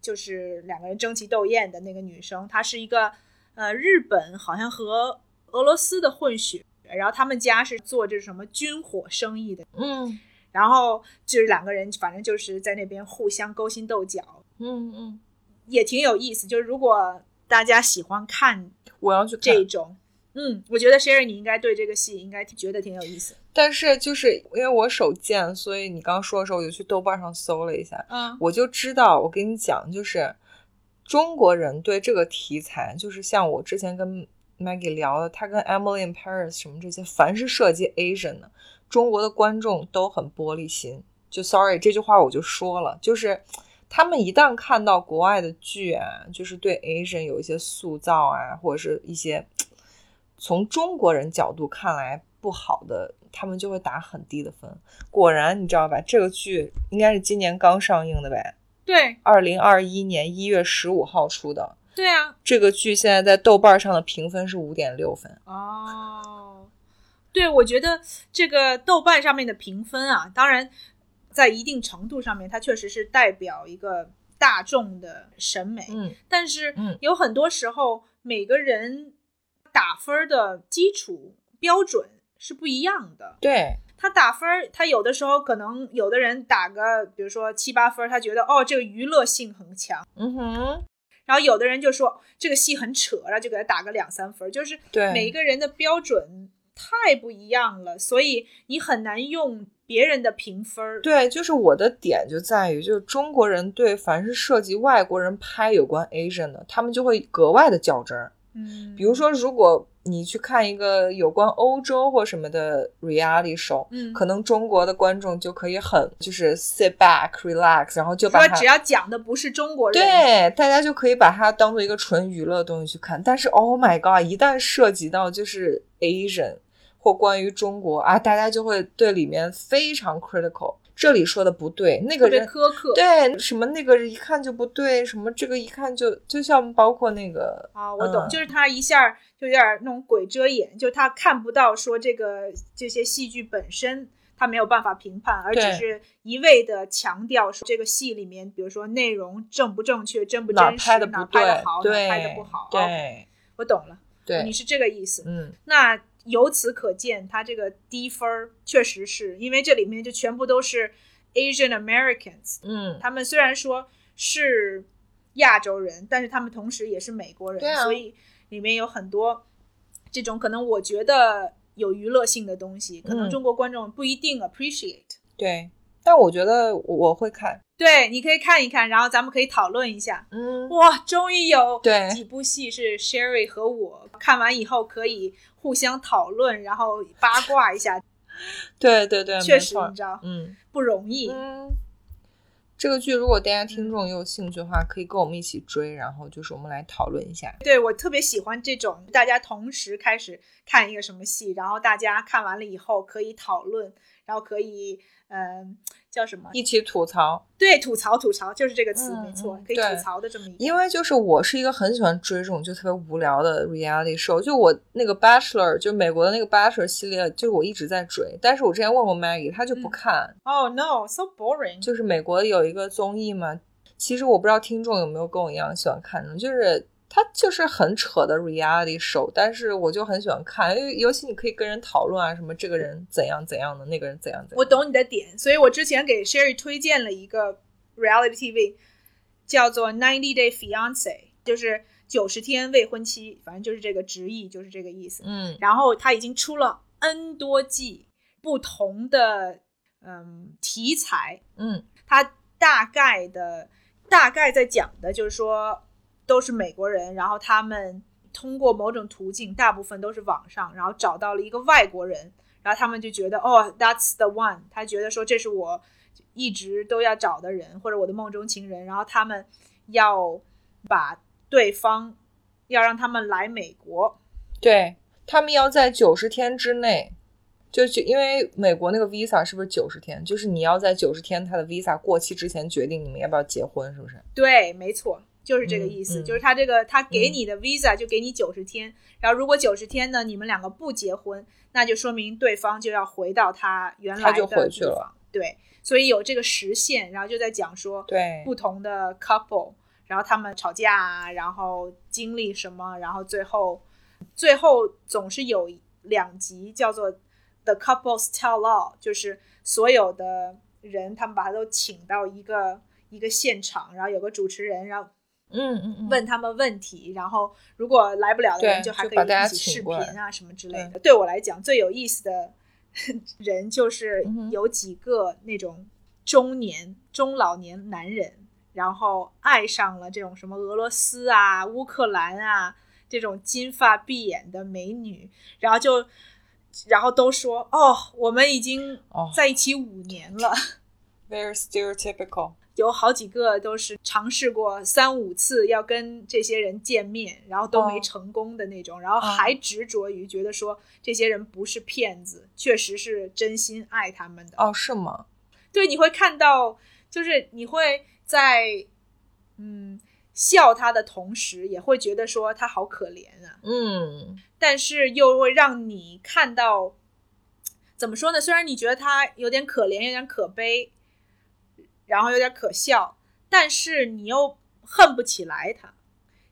Speaker 2: 就是两个人争奇斗艳的那个女生，她是一个呃日本好像和俄罗斯的混血，然后他们家是做这什么军火生意的，
Speaker 1: 嗯
Speaker 2: 然后就是两个人反正就是在那边互相勾心斗角，
Speaker 1: 嗯嗯，
Speaker 2: 也挺有意思。就是如果大家喜欢看
Speaker 1: 我要去看。
Speaker 2: 这种。嗯，我觉得 Sherry 你应该对这个戏应该觉得挺有意思。
Speaker 1: 但是就是因为我手贱，所以你刚说的时候，我就去豆瓣上搜了一下，
Speaker 2: 嗯
Speaker 1: 我就知道，我跟你讲，就是中国人对这个题材，就是像我之前跟 Maggie 聊的，他跟 Emily in Paris 什么这些，凡是涉及 Asian 的，中国的观众都很玻璃心。就 sorry 这句话我就说了，就是他们一旦看到国外的剧啊，就是对 Asian 有一些塑造啊，或者是一些从中国人角度看来不好的，他们就会打很低的分。果然，你知道吧？这个剧应该是今年刚上映的呗，
Speaker 2: 对
Speaker 1: 二零二一年一月十五号出的。
Speaker 2: 对啊，
Speaker 1: 这个剧现在在豆瓣上的评分是五点六分。
Speaker 2: 哦，对，我觉得这个豆瓣上面的评分啊，当然在一定程度上面，它确实是代表一个大众的审美，
Speaker 1: 嗯，
Speaker 2: 但是
Speaker 1: 嗯
Speaker 2: 有很多时候每个人打分的基础标准是不一样的。
Speaker 1: 对，
Speaker 2: 他打分儿，他有的时候可能有的人打个，比如说七八分儿，他觉得哦这个娱乐性很强，
Speaker 1: 嗯哼，
Speaker 2: 然后有的人就说这个戏很扯，然后就给他打个两三分儿，就是
Speaker 1: 对
Speaker 2: 每一个人的标准太不一样了，所以你很难用别人的评分儿。
Speaker 1: 对，就是我的点就在于，就是中国人对凡是涉及外国人拍有关 Asian 的，他们就会格外的较真儿。
Speaker 2: 嗯，
Speaker 1: 比如，说，如果你去看一个有关欧洲或什么的 reality show，
Speaker 2: 嗯，
Speaker 1: 可能中国的观众就可以很就是 sit back relax，然后就把
Speaker 2: 说
Speaker 1: 它
Speaker 2: 只要讲的不是中国人，
Speaker 1: 对，大家就可以把它当做一个纯娱乐的东西去看。但是，Oh my God，一旦涉及到就是 Asian 或关于中国啊，大家就会对里面非常 critical。这里说的不对，那个
Speaker 2: 特别
Speaker 1: 人
Speaker 2: 苛刻。
Speaker 1: 对什么那个一看就不对，什么这个一看就就像包括那个
Speaker 2: 啊，我懂，
Speaker 1: 嗯
Speaker 2: 就是他一下儿就有点儿那种鬼遮眼，就他看不到说这个这些戏剧本身，他没有办法评判，而只
Speaker 1: 对
Speaker 2: 是一味的强调说这个戏里面，比如说内容正不正确、真不
Speaker 1: 哪儿
Speaker 2: 真实、
Speaker 1: 拍的
Speaker 2: 哪
Speaker 1: 不
Speaker 2: 儿拍
Speaker 1: 对
Speaker 2: 的好，，哪
Speaker 1: 对
Speaker 2: 儿拍的不好。哦
Speaker 1: 对
Speaker 2: 我懂了，你
Speaker 1: 对，
Speaker 2: 是这个意思。
Speaker 1: 嗯，
Speaker 2: 那由此可见，他这个低分儿确实是因为这里面就全部都是 Asian Americans，
Speaker 1: 嗯，
Speaker 2: 他们虽然说是亚洲人，但是他们同时也是美国人，
Speaker 1: 对啊
Speaker 2: 所以里面有很多这种可能我觉得有娱乐性的东西，可能
Speaker 1: 嗯
Speaker 2: 中国观众不一定 appreciate。
Speaker 1: 对。但我觉得我会看，
Speaker 2: 对，你可以看一看，然后咱们可以讨论一下。
Speaker 1: 嗯，
Speaker 2: 哇，终于有
Speaker 1: 对
Speaker 2: 几部戏是 Sherry 和我看完以后可以互相讨论，然后八卦一下，
Speaker 1: 对对 (laughs) 对，
Speaker 2: 确
Speaker 1: 没
Speaker 2: 实
Speaker 1: 错
Speaker 2: 你知道
Speaker 1: 嗯
Speaker 2: 不容易。
Speaker 1: 嗯。这个剧如果大家听众也有兴趣的话，可以跟我们一起追，然后就是我们来讨论一下。
Speaker 2: 对我特别喜欢这种大家同时开始看一个什么戏，然后大家看完了以后可以讨论，然后可以嗯、叫什么？
Speaker 1: 一起吐槽，
Speaker 2: 对，吐槽吐槽就是这个词，
Speaker 1: 嗯
Speaker 2: 没错
Speaker 1: 嗯，
Speaker 2: 可以吐
Speaker 1: 对
Speaker 2: 槽的这么一个。
Speaker 1: 因为就是我是一个很喜欢追这种就特别无聊的 reality show，就我那个 Bachelor，就美国的那个 Bachelor 系列，就是我一直在追。但是我之前问过 Maggie，她就不
Speaker 2: 嗯
Speaker 1: 看，
Speaker 2: Oh no，so boring。
Speaker 1: 就是美国有一个综艺嘛，其实我不知道听众有没有跟我一样喜欢看的，就是它就是很扯的 reality show，但是我就很喜欢看，因为尤其你可以跟人讨论啊，什么这个人怎样怎样的，那个人怎样怎样。
Speaker 2: 我。懂你的点，所以我之前给 Sherry 推荐了一个 reality TV，叫做《Ninety Day Fiance》，就是九十天未婚妻，反正就是这个直译，就是这个意思。
Speaker 1: 嗯，
Speaker 2: 然后它已经出了 N 多季，不同的嗯题材，
Speaker 1: 嗯，
Speaker 2: 它大概的大概在讲的就是说都是美国人，然后他们通过某种途径，大部分都是网上，然后找到了一个外国人，然后他们就觉得哦，that's the one，他觉得说这是我一直都要找的人，或者我的梦中情人，然后他们要把对方要让他们来美国，
Speaker 1: 对他们要在九十天之内，就就因为美国那个 visa 是不是九十天？就是你要在九十天他的 visa 过期之前决定你们要不要结婚，是不是？
Speaker 2: 对，没错，就是这个
Speaker 1: 嗯
Speaker 2: 意思。
Speaker 1: 嗯
Speaker 2: 就是他这个他给你的 visa 就给你九十天，然后如果九十天呢，你们两个不结婚，那就说明对方就要回到他原来
Speaker 1: 他就
Speaker 2: 的
Speaker 1: 回去
Speaker 2: 地
Speaker 1: 了
Speaker 2: 方。对，所以有这个时限，然后就在讲说
Speaker 1: 对
Speaker 2: 不同的 couple，然后他们吵架啊，然后经历什么，然后最后最后总是有两集叫做 The Couples Tell All，就是所有的人他们把他都请到一个一个现场，然后有个主持人，然后
Speaker 1: 嗯嗯嗯，
Speaker 2: 问他们问题，然后如果来不了的人
Speaker 1: 对
Speaker 2: 还
Speaker 1: 就
Speaker 2: 可
Speaker 1: 把大
Speaker 2: 以
Speaker 1: 家
Speaker 2: 一起视
Speaker 1: 请
Speaker 2: 频
Speaker 1: 过来嗯
Speaker 2: 啊什么之类的。对我来讲，最有意思的人就是
Speaker 1: 嗯哼
Speaker 2: 有几个那种中年、中老年男人，然后爱上了这种什么俄罗斯啊、乌克兰啊这种金发碧眼的美女，然后就。然后都说哦，我们已经
Speaker 1: 哦
Speaker 2: 在一起五年了，
Speaker 1: very stereotypical。
Speaker 2: 有好几个都是尝试过三五次要跟这些人见面，然后都没
Speaker 1: 哦
Speaker 2: 成功的那种，然后还执着于觉得说这些人不是骗子，确实是真心爱他们的。
Speaker 1: 哦，是吗？
Speaker 2: 对，你会看到，就是你会在嗯笑他的同时，也会觉得说他好可怜啊，
Speaker 1: 嗯，
Speaker 2: 但是又会让你看到，怎么说呢？虽然你觉得他有点可怜，有点可悲，然后有点可笑，但是你又恨不起来他，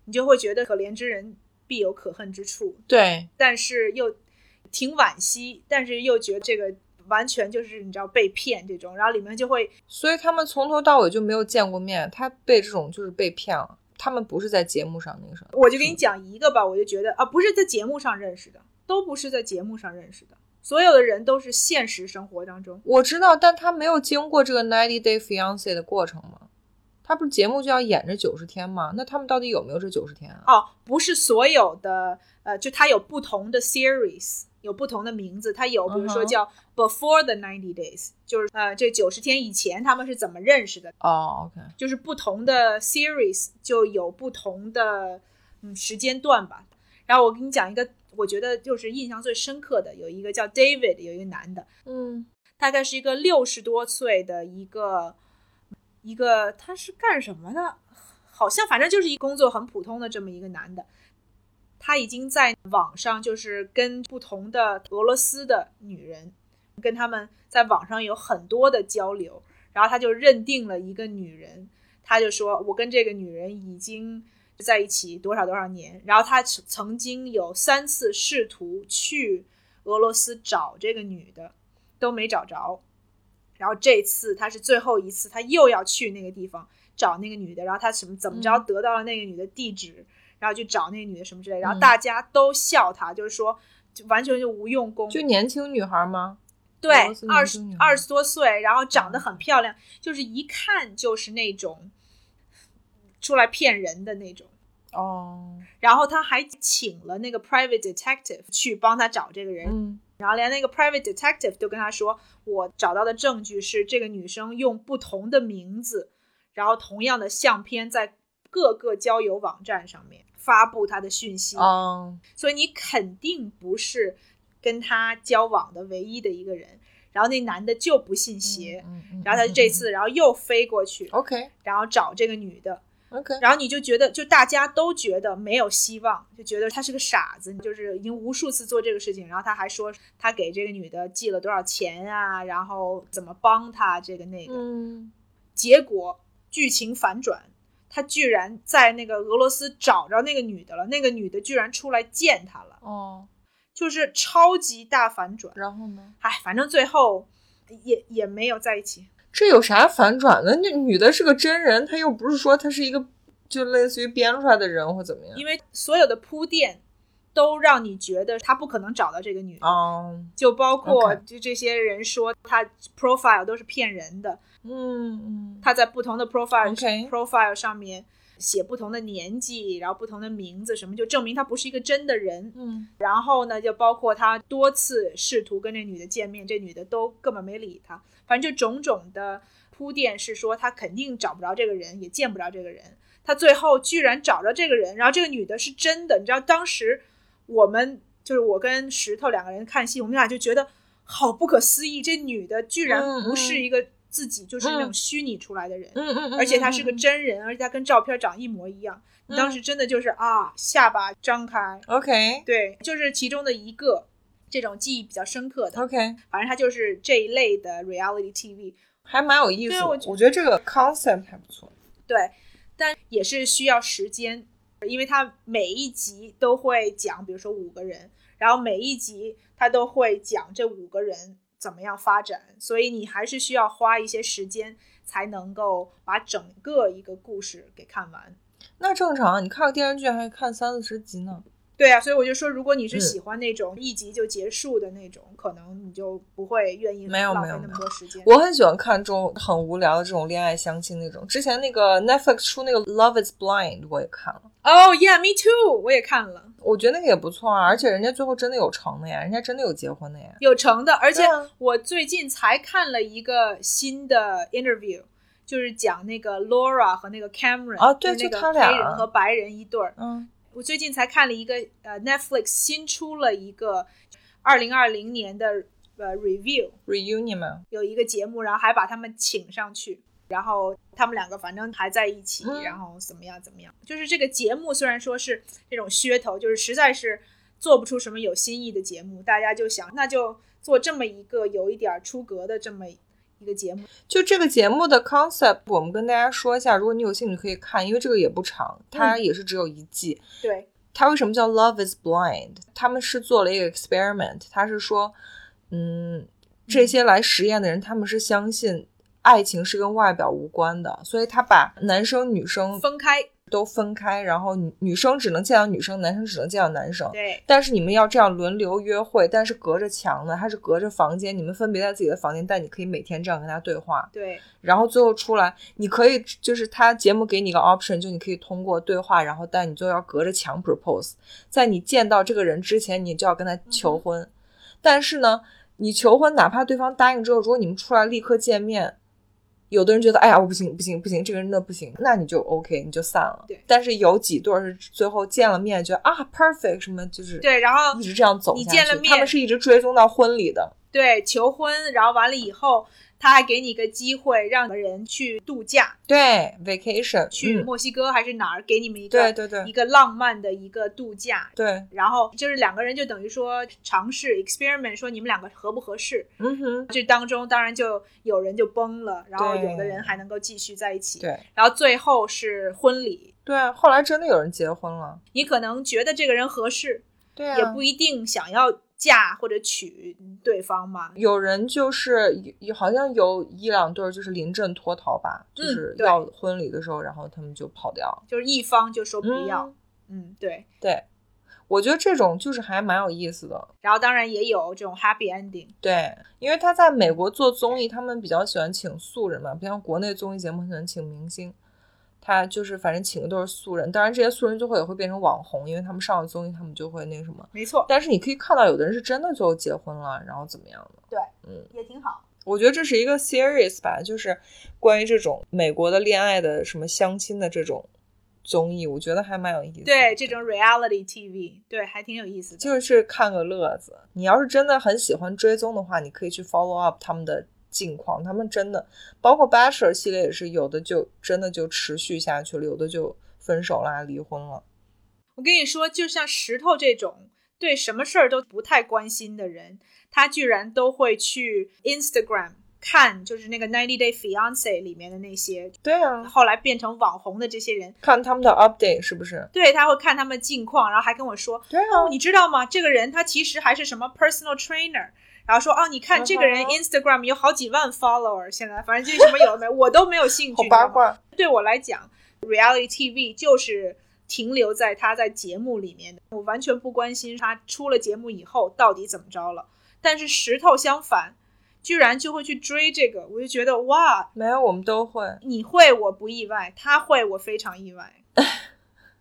Speaker 2: 你就会觉得可怜之人必有可恨之处，
Speaker 1: 对，
Speaker 2: 但是又挺惋惜，但是又觉得这个完全就是你知道被骗这种，然后里面就会
Speaker 1: 所以他们从头到尾就没有见过面，他被这种就是被骗了。他们不是在节目上那个什么，
Speaker 2: 我就给你讲一个吧，我就觉得啊，不是在节目上认识的，都不是在节目上认识的，所有的人都是现实生活当中。
Speaker 1: 我知道，但他没有经过这个 ninety day fiance 的过程吗？他不是节目就要演这九十天吗？那他们到底有没有这九十天啊？
Speaker 2: 哦，不是所有的，呃，就它有不同的 series，有不同的名字，它有比如说
Speaker 1: 嗯哼
Speaker 2: 叫 Before the Ninety Days，就是呃这九十天以前他们是怎么认识的，
Speaker 1: 哦，OK、o k
Speaker 2: 就是不同的 series 就有不同的嗯时间段吧。然后我给你讲一个，我觉得就是印象最深刻的，有一个叫 David，有一个男的，
Speaker 1: 嗯，
Speaker 2: 大概是一个六十多岁的一个一个，他是干什么的？好像反正就是一工作很普通的这么一个男的，他已经在网上就是跟不同的俄罗斯的女人，跟他们在网上有很多的交流，然后他就认定了一个女人，他就说我跟这个女人已经在一起多少多少年，然后他曾曾经有三次试图去俄罗斯找这个女的，都没找着。然后这次他是最后一次，他又要去那个地方找那个女的，然后他什么怎么着
Speaker 1: 嗯
Speaker 2: 得到了那个女的地址，然后去找那个女的什么之类，然后
Speaker 1: 嗯
Speaker 2: 大家都笑他，就是说就完全就无用功，
Speaker 1: 就年轻女孩吗？
Speaker 2: 对
Speaker 4: 俄罗斯，
Speaker 2: 二
Speaker 4: 女
Speaker 2: 十
Speaker 4: 青年
Speaker 2: 二十多岁，然后长得很漂亮，就是一看就是那种出来骗人的那种。
Speaker 1: 哦，
Speaker 2: 然后他还请了那个 private detective 去帮他找这个人，
Speaker 1: 嗯
Speaker 2: 然后连那个 private detective 都跟他说，我找到的证据是这个女生用不同的名字，然后同样的相片在各个交友网站上面发布她的讯息，
Speaker 1: 嗯，
Speaker 2: 所以你肯定不是跟他交往的唯一的一个人。然后那男的就不信邪，
Speaker 1: 嗯嗯哦
Speaker 2: 然后他就这次，然后又飞过去，
Speaker 1: OK
Speaker 2: 然后找这个女的，
Speaker 1: OK，
Speaker 2: 然后你就觉得，就大家都觉得没有希望，就觉得他是个傻子，就是已经无数次做这个事情。然后他还说他给这个女的寄了多少钱啊，然后怎么帮她这个那个。
Speaker 1: 嗯
Speaker 2: 结果剧情反转，他居然在那个俄罗斯找着那个女的了，那个女的居然出来见他了，
Speaker 1: 哦，
Speaker 2: 就是超级大反转。
Speaker 1: 然后呢？
Speaker 2: 哎，反正最后也也没有在一起。
Speaker 1: 这有啥反转的？那女的是个真人，她又不是说她是一个就类似于编出来的人或怎么样
Speaker 2: 因。为所有的铺垫都让你觉得他不可能找到这个女的，
Speaker 1: 哦，
Speaker 2: 就包括
Speaker 1: OK
Speaker 2: 就这些人说他 profile 都是骗人的，
Speaker 1: 嗯嗯，
Speaker 2: 他在不同的 profile
Speaker 1: OK
Speaker 2: profile 上面写不同的年纪，然后不同的名字什么，就证明他不是一个真的人。
Speaker 1: 嗯
Speaker 2: 然后呢，就包括他多次试图跟这女的见面，这女的都根本没理他。反正就种种的铺垫是说，他肯定找不着这个人，也见不着这个人。他最后居然找着这个人，然后这个女的是真的，你知道当时我们就是我跟石头两个人看戏，我们俩就觉得好不可思议，这女的居然
Speaker 1: 嗯
Speaker 2: 不是
Speaker 1: 嗯
Speaker 2: 一个自己，就是那种
Speaker 1: 嗯
Speaker 2: 虚拟出来的人。
Speaker 1: 嗯嗯，
Speaker 2: 而且她是个真人，而且她跟照片长一模一样。你当时真的就是啊，下巴张开，
Speaker 1: OK
Speaker 2: 对，就是其中的一个这种记忆比较深刻的。
Speaker 1: OK，
Speaker 2: 反正它就是这一类的 reality TV，
Speaker 1: 还蛮有意思
Speaker 2: 对啊
Speaker 1: 的。
Speaker 2: 我
Speaker 1: 我
Speaker 2: 觉
Speaker 1: 觉得这个 concept 还不错。
Speaker 2: 对，但也是需要时间，因为它每一集都会讲，比如说五个人，然后每一集它都会讲这五个人怎么样发展，所以你还是需要花一些时间才能够把整个一个故事给看完。
Speaker 1: 那正常，啊你看个电视剧还看三四十集呢。
Speaker 2: 对啊，所以我就说，如果你是
Speaker 1: 嗯
Speaker 2: 喜欢那种一集就结束的那种，可能你就不会愿意
Speaker 1: 没有
Speaker 2: 浪
Speaker 1: 没
Speaker 2: 费
Speaker 1: 有
Speaker 2: 那
Speaker 1: 没
Speaker 2: 么多时间。
Speaker 1: 我很喜欢看这种很无聊的这种恋爱相亲那种。之前那个 Netflix 出那个《Love Is Blind》，我也看了，
Speaker 2: 哦、oh,，Yeah，Me too，我也看了，
Speaker 1: 我觉得那个也不错啊。而且人家最后真的有成的呀，人家真的有结婚的呀。
Speaker 2: 有成的，而且
Speaker 1: 对啊
Speaker 2: 我最近才看了一个新的 interview，就是讲那个 Laura 和那个 Cameron
Speaker 1: 啊对
Speaker 2: 就是
Speaker 1: 就
Speaker 2: 那个
Speaker 1: 他俩
Speaker 2: 黑人和白人一对儿。
Speaker 1: 嗯
Speaker 2: 我最近才看了一个呃 Netflix 新出了一个二零二零年的呃 review，
Speaker 1: ，reunion 嘛，
Speaker 2: 有一个节目，然后还把他们请上去，然后他们两个反正还在一起，
Speaker 1: 嗯
Speaker 2: 然后怎么样怎么样。就是这个节目虽然说是这种噱头，就是实在是做不出什么有新意的节目，大家就想那就做这么一个有一点儿出格的这么一个节目。
Speaker 1: 就这个节目的 concept，我们跟大家说一下，如果你有兴趣可以看，因为这个也不长，
Speaker 2: 嗯
Speaker 1: 它也是只有一季。
Speaker 2: 对，
Speaker 1: 它为什么叫 Love is Blind？他们是做了一个 experiment，他是说，嗯，这些来实验的人，他们是相信爱情是跟外表无关的，所以他把男生女生
Speaker 2: 分开，
Speaker 1: 都分开，然后女女生只能见到女生，男生只能见到男生。
Speaker 2: 对
Speaker 1: 但是你们要这样轮流约会，但是隔着墙呢，还是隔着房间？你们分别在自己的房间，但你可以每天这样跟他对话。
Speaker 2: 对，
Speaker 1: 然后最后出来，你可以就是他节目给你个 option，就你可以通过对话，然后但你就要隔着墙 propose，在你见到这个人之前，你就要跟他
Speaker 2: 嗯
Speaker 1: 求婚。但是呢，你求婚哪怕对方答应之后，如果你们出来立刻见面，有的人觉得哎呀我不行不行不行，这个人真的不行，那你就 OK，你就散了。
Speaker 2: 对
Speaker 1: 但是有几对儿是最后见了面，觉得啊 perfect 什么就是
Speaker 2: 对然后
Speaker 1: 一直这样走
Speaker 2: 你
Speaker 1: 下
Speaker 2: 见了
Speaker 1: 去，
Speaker 2: 面
Speaker 1: 他们是一直追踪到婚礼的。
Speaker 2: 对，求婚，然后完了以后，他还给你一个机会，让人去度假，
Speaker 1: 对，vacation
Speaker 2: 去
Speaker 1: 嗯、
Speaker 2: 墨西哥还是哪儿，给你们一
Speaker 1: 对
Speaker 2: 个
Speaker 1: 对对
Speaker 2: 一个浪漫的一个度假，
Speaker 1: 对，
Speaker 2: 然后就是两个人就等于说尝试 experiment，说你们两个合不合适。
Speaker 1: 嗯哼，
Speaker 2: 这当中当然就有人就崩了，然后有的
Speaker 1: 对
Speaker 2: 人还能够继续在一起。
Speaker 1: 对。
Speaker 2: 然后最后是婚礼，
Speaker 1: 对，啊后来真的有人结婚了。
Speaker 2: 你可能觉得这个人合适，
Speaker 1: 对啊
Speaker 2: 也不一定想要嫁或者娶对方嘛。
Speaker 1: 有人就是有有好像有一两对儿就是临阵脱逃吧，就是
Speaker 2: 对
Speaker 1: 要婚礼的时候，然后他们就跑掉了。
Speaker 2: 就是一方就说不要，
Speaker 1: 嗯
Speaker 2: 嗯对
Speaker 1: 对，我觉得这种就是还蛮有意思的，
Speaker 2: 然后当然也有这种 happy ending，
Speaker 1: 对，因为他在美国做综艺，他们比较喜欢请素人嘛，不像国内综艺节目很喜欢请明星，他就是反正请的都是素人，当然这些素人最后也会变成网红，因为他们上了综艺，他们就会那什么，
Speaker 2: 没错，
Speaker 1: 但是你可以看到有的人是真的就结婚了，然后怎么样的，
Speaker 2: 对，
Speaker 1: 嗯，
Speaker 2: 也挺好。
Speaker 1: 我觉得这是一个 series 吧，就是关于这种美国的恋爱的什么相亲的这种综艺，我觉得还蛮有意思的。
Speaker 2: 对这种 reality TV，对还挺有意思的。
Speaker 1: 就是看个乐子。你要是真的很喜欢追踪的话，你可以去 follow up 他们的近况。他们真的，包括 Bachelor 系列也是，有的就真的就持续下去了，有的就分手啦、离婚了。
Speaker 2: 我跟你说，就像石头这种对什么事儿都不太关心的人，他居然都会去 Instagram 看，就是那个 Ninety Day Fiance 里面的那些
Speaker 1: 对啊，
Speaker 2: 后来变成网红的这些人，
Speaker 1: 看他们的 update 是不是？
Speaker 2: 对他会看他们近况，然后还跟我说，
Speaker 1: 对
Speaker 2: 哦，你知道吗？这个人他其实还是什么 personal trainer。然后说哦，你看这个
Speaker 1: 嗯
Speaker 2: 人
Speaker 1: 哼
Speaker 2: Instagram 有好几万 follower，现在反正就是什么有的没有，我都没有兴趣。
Speaker 1: 好
Speaker 2: 你知道
Speaker 1: 八
Speaker 2: 吗
Speaker 1: 卦。
Speaker 2: 对我来讲，reality TV 就是停留在他在节目里面的，我完全不关心他出了节目以后到底怎么着了。但是石头相反，居然就会去追这个，我就觉得哇，
Speaker 1: 没有，我们都会。
Speaker 2: 你会我不意外，他会我非常意外。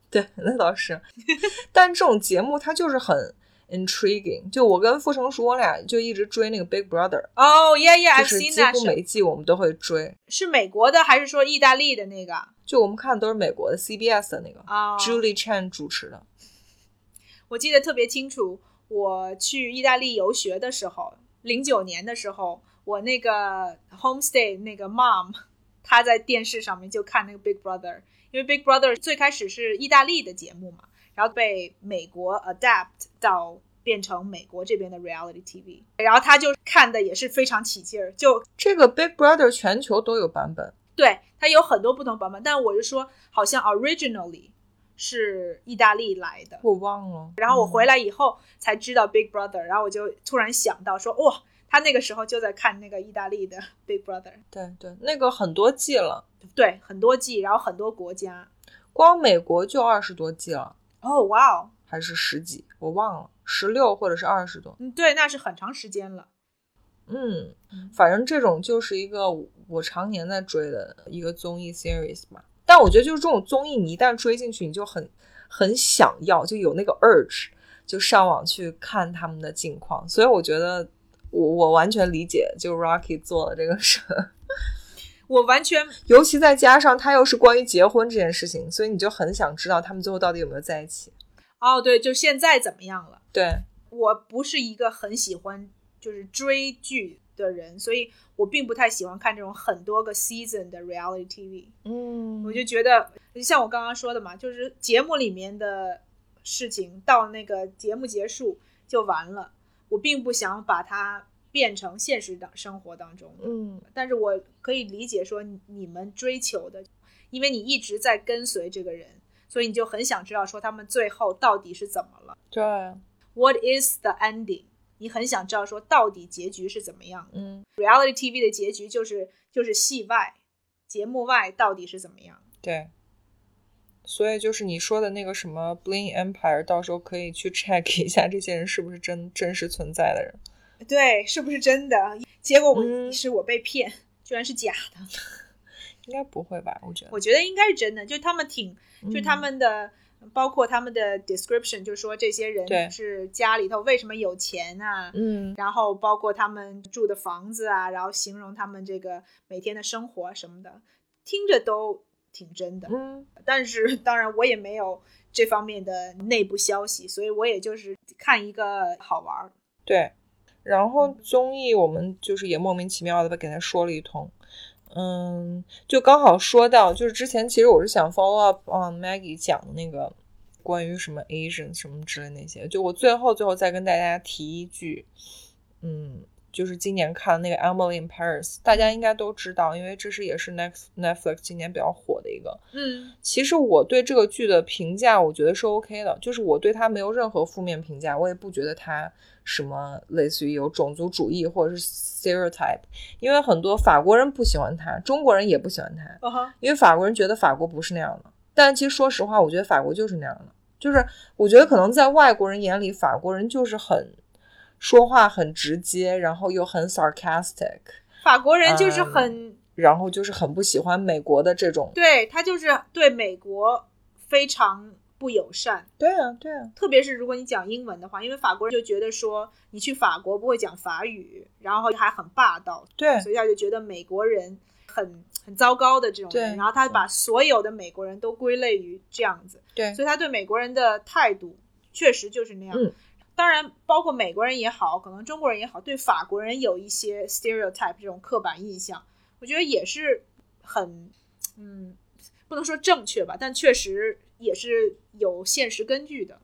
Speaker 1: 对，那倒是。 (laughs) 但这种节目它就是很 intriguing。就我跟傅成熟，我俩就一直追那个 Big Brother，
Speaker 2: 哦、耶耶 yeah
Speaker 1: 就
Speaker 2: yeah，I've
Speaker 1: 是几
Speaker 2: seen that
Speaker 1: 乎每季我们都会追。
Speaker 2: 是美国的还是说意大利的那个
Speaker 1: 就我们看的都是美国的 CBS 的那个、
Speaker 2: 啊
Speaker 1: Julie Chen 主持的。
Speaker 2: 我记得特别清楚，我去意大利游学的时候，零九年的时候，我那个 homestay 那个 mom，她在电视上面就看那个 Big Brother，因为 Big Brother 最开始是意大利的节目嘛，然后被美国 adapt 到变成美国这边的 reality TV，然后她就看的也是非常起劲儿，就
Speaker 1: 这个 Big Brother 全球都有版本，
Speaker 2: 对，它有很多不同版本，但我就说好像 originally 是意大利来的。
Speaker 1: 我忘了。
Speaker 2: 然后我回
Speaker 1: 来，
Speaker 2: 来以后才知道 Big Brother，然后我就突然想到说，哇，他那个时候就在看那个意大利的 (laughs) Big Brother，
Speaker 1: 对对，那个很多季了，
Speaker 2: 对，很多季，然后很多国家。
Speaker 1: 光美国就二十多季了，
Speaker 2: 哦，哇哦，
Speaker 1: 还是十几，我忘了，十六或者是二十多。
Speaker 2: 嗯，对，那是很长时间了。
Speaker 1: 嗯，反正这种就是一个我常年在追的一个综艺 series 吧。但我觉得就是这种综艺，你一旦追进去，你就很很想要，就有那个 urge，就上网去看他们的近况。所以我觉得我我完全理解，就 Rocky 做的这个事儿， (laughs)
Speaker 2: 我完全
Speaker 1: 尤其再加上他又是关于结婚这件事情，所以你就很想知道他们最后到底有没有在一起。
Speaker 2: 哦，对，就现在怎么样了？
Speaker 1: 对，
Speaker 2: 我不是一个很喜欢就是追剧的人，所以我并不太喜欢看这种很多个 season 的 reality TV。
Speaker 1: 嗯
Speaker 2: 我就觉得，像我刚刚说的嘛，就是节目里面的事情到那个节目结束就完了，我并不想把它变成现实当生活当中。
Speaker 1: 嗯，
Speaker 2: 但是我可以理解说你你们追求的，因为你一直在跟随这个人，所以你就很想知道说他们最后到底是怎么了
Speaker 1: 对，
Speaker 2: ，What is the ending？你很想知道说到底结局是怎么样的。
Speaker 1: 嗯，
Speaker 2: Reality TV 的结局就是就是戏外节目外到底是怎么样。
Speaker 1: 对，所以就是你说的那个什么 Bling Empire，到时候可以去 check (laughs) 一下这些人是不是真真实存在的人。
Speaker 2: 对，是不是真的？结果我、
Speaker 1: 嗯
Speaker 2: 是我被骗，居然是假的。
Speaker 1: 应该不会吧？我觉得
Speaker 2: 我觉得应该是真的，就他们挺，就他
Speaker 1: 嗯
Speaker 2: 们的，包括他们的 description，就说这些
Speaker 1: 对
Speaker 2: 人是家里头为什么有钱啊，
Speaker 1: 嗯，
Speaker 2: 然后包括他们住的房子啊，然后形容他们这个每天的生活什么的，听着都挺真的。
Speaker 1: 嗯，
Speaker 2: 但是当然我也没有这方面的内部消息，所以我也就是看一个好玩儿。
Speaker 1: 对。然后综艺我们就是也莫名其妙的吧，给他说了一通。嗯，就刚好说到，就是之前其实我是想 follow up on Maggie 讲的那个关于什么 Asian 什么之类那些，就我最后最后再跟大家提一句，嗯，就是今年看的那个《Emily in Paris》，大家应该都知道，因为这是也是 Next Netflix 今年比较火的一个。
Speaker 2: 嗯，
Speaker 1: 其实我对这个剧的评价，我觉得是 OK 的，就是我对它没有任何负面评价，我也不觉得它什么类似于有种族主义或者是 stereotype，因为很多法国人不喜欢他，中国人也不喜欢他，
Speaker 2: 哦、
Speaker 1: 因为法国人觉得法国不是那样的。但其实说实话，我觉得法国就是那样的，就是我觉得可能在外国人眼里，法国人就是很说话很直接，然后又很 sarcastic，
Speaker 2: 法国人就是
Speaker 1: 嗯
Speaker 2: 很、
Speaker 1: 然后就是很不喜欢美国的这种。
Speaker 2: 对他就是对美国非常不友善，
Speaker 1: 对啊，对啊，
Speaker 2: 特别是如果你讲英文的话，因为法国人就觉得说你去法国不会讲法语，然后还很霸道，
Speaker 1: 对
Speaker 2: 所以他就觉得美国人很很糟糕的这种人，
Speaker 1: 对
Speaker 2: 然后他把所有的美国人都归类于这样子，
Speaker 1: 对
Speaker 2: 所以他对美国人的态度确实就是那样。
Speaker 1: 嗯
Speaker 2: 当然，包括美国人也好，可能中国人也好，对法国人有一些 stereotype 这种刻板印象，我觉得也是很，嗯，不能说正确吧，但确实也是有现实根据的。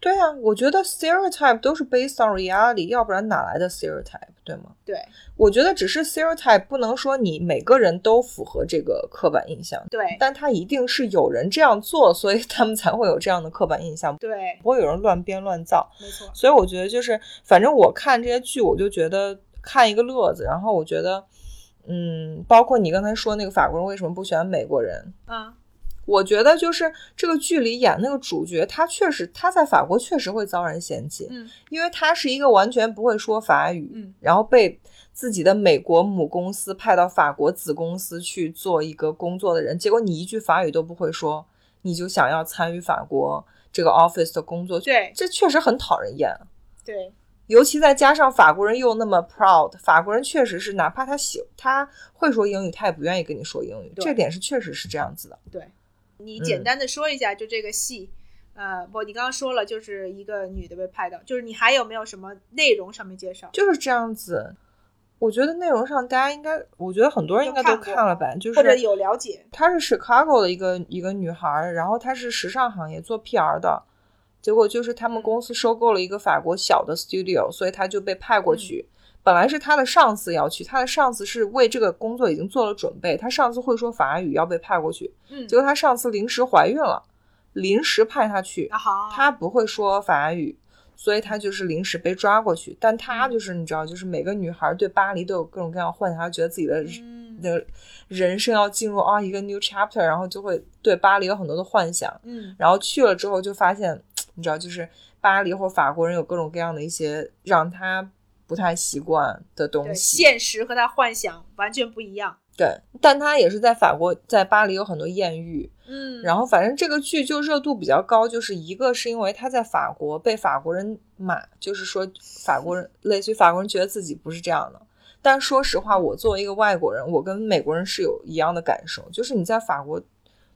Speaker 1: 对啊，我觉得 stereotype 都是 based on reality，要不然哪来的 stereotype，对吗？
Speaker 2: 对
Speaker 1: 我觉得只是 stereotype 不能说你每个人都符合这个刻板印象，
Speaker 2: 对
Speaker 1: 但他一定是有人这样做，所以他们才会有这样的刻板印象，
Speaker 2: 对，
Speaker 1: 不会有人乱编乱造。
Speaker 2: 没错，
Speaker 1: 所以我觉得就是，反正我看这些剧，我就觉得看一个乐子。然后我觉得，嗯，包括你刚才说那个法国人为什么不喜欢美国人，
Speaker 2: 嗯，
Speaker 1: 我觉得就是这个剧里演那个主角，他确实他在法国确实会遭人嫌弃，
Speaker 2: 嗯
Speaker 1: 因为他是一个完全不会说法语，
Speaker 2: 嗯
Speaker 1: 然后被自己的美国母公司派到法国子公司去做一个工作的人，结果你一句法语都不会说，你就想要参与法国这个 office 的工作，
Speaker 2: 对
Speaker 1: 这确实很讨人厌。
Speaker 2: 对
Speaker 1: 尤其再加上法国人又那么 proud，法国人确实是，哪怕他喜他会说英语，他也不愿意跟你说英语，
Speaker 2: 对
Speaker 1: 这点是确实是这样子的。
Speaker 2: 对。你
Speaker 1: 嗯
Speaker 2: 简单的说一下，就这个戏，呃，不，你刚刚说了，就是一个女的被派到，就是你还有没有什么内容上面介绍？
Speaker 1: 就是这样子。我觉得内容上大家应该，我觉得很多人应该
Speaker 2: 都
Speaker 1: 都
Speaker 2: 看过
Speaker 1: 看了吧，就是
Speaker 2: 或者有了解
Speaker 1: 她是 Chicago 的一个一个女孩儿，然后她是时尚行业做 PR 的，结果就是他们
Speaker 2: 嗯
Speaker 1: 公司收购了一个法国小的 studio，所以她就被派
Speaker 2: 嗯
Speaker 1: 过去。本来是她的上司要去，她的上司是为这个工作已经做了准备，她上司会说法语，要被派过去。
Speaker 2: 嗯
Speaker 1: 结，果她上司临时怀孕了，临时派她去，
Speaker 2: 啊好，
Speaker 1: 她不会说法语，所以她就是临时被抓过去。但她
Speaker 2: 嗯
Speaker 1: 就是你知道，就是每个女孩对巴黎都有各种各样的幻想，她觉得自己的
Speaker 2: 嗯
Speaker 1: 的人生要进入啊一个 new chapter，然后就会对巴黎有很多的幻想。
Speaker 2: 嗯
Speaker 1: 然后去了之后就发现，你知道，就是巴黎或法国人有各种各样的一些让她不太习惯的东
Speaker 2: 对，
Speaker 1: 西。
Speaker 2: 现实和他幻想完全不一样。
Speaker 1: 对，但她也是在法国，在巴黎有很多艳遇。
Speaker 2: 嗯，
Speaker 1: 然后反正这个剧就热度比较高，就是一个是因为他在法国被法国人骂，就是说法国人类似于法国人觉得自己不是这样的。但说实话，我作为一个外国人，我跟美国人是有一样的感受，就是你在法国，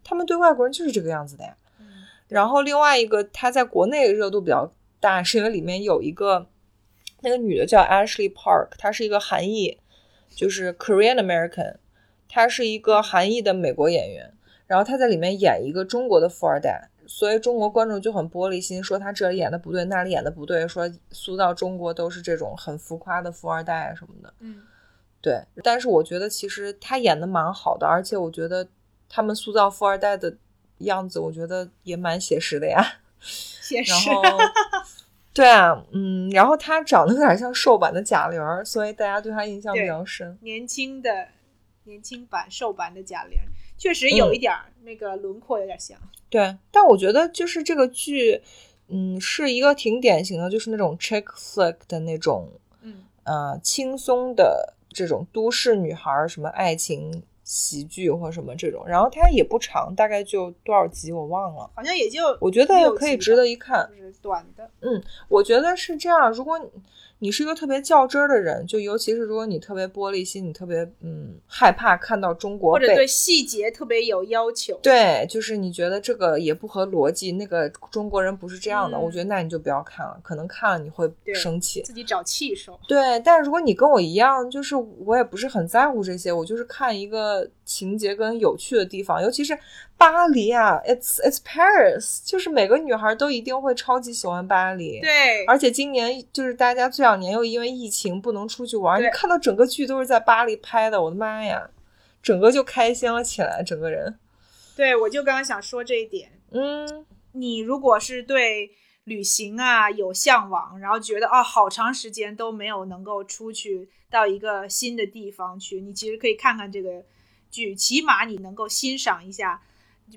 Speaker 1: 他们对外国人就是这个样子的呀。
Speaker 2: 嗯
Speaker 1: 然后另外一个，他在国内热度比较大，是因为里面有一个那个女的叫 Ashley Park，她是一个韩裔，就是 Korean American，她是一个韩裔的美国演员。然后她在里面演一个中国的富二代，所以中国观众就很玻璃心，说她这里演的不对，那里演的不对，说塑造中国都是这种很浮夸的富二代啊什么的。
Speaker 2: 嗯
Speaker 1: 对，但是我觉得其实他演的蛮好的，而且我觉得他们塑造富二代的样子，我觉得也蛮写实的呀。
Speaker 2: 现
Speaker 1: 然
Speaker 2: 实
Speaker 1: 后，对啊，嗯，然后他长得有点像瘦版的贾玲儿，所以大家对他印象比较深。
Speaker 2: 年轻的年轻版瘦版的贾玲，确实有
Speaker 1: 嗯
Speaker 2: 一点儿、那个轮廓有点像。
Speaker 1: 对，但我觉得就是这个剧，嗯，是一个挺典型的，就是那种 chick flick 的那种
Speaker 2: 嗯
Speaker 1: 呃轻松的这种都市女孩儿什么爱情喜剧或什么这种，然后它也不长，大概就多少集我忘了。
Speaker 2: 好像也就
Speaker 1: 我觉得可以值得一看
Speaker 2: 就。是短的。
Speaker 1: 我觉得是这样，如果你你是一个特别较真儿的人，就尤其是如果你特别玻璃心，你特别嗯害怕看到中国
Speaker 2: 或者
Speaker 1: 被
Speaker 2: 对细节特别有要求，
Speaker 1: 对，就是你觉得这个也不合逻辑，那个中国人不是这样的，
Speaker 2: 嗯
Speaker 1: 我觉得那你就不要看了，可能看了你会
Speaker 2: 对
Speaker 1: 生气。
Speaker 2: 自己找气受。
Speaker 1: 对，但如果你跟我一样，就是我也不是很在乎这些，我就是看一个情节跟有趣的地方，尤其是巴黎啊，it's it's Paris，就是每个女孩都一定会超级喜欢巴黎。
Speaker 2: 对，
Speaker 1: 而且今年就是大家这两年又因为疫情不能出去玩，
Speaker 2: 对
Speaker 1: 你看到整个剧都是在巴黎拍的，我的妈呀，整个就开心了起来，整个人。
Speaker 2: 对我就刚刚想说这一点，
Speaker 1: 嗯，
Speaker 2: 你如果是对旅行啊有向往，然后觉得啊、好长时间都没有能够出去到一个新的地方去，你其实可以看看这个剧，起码你能够欣赏一下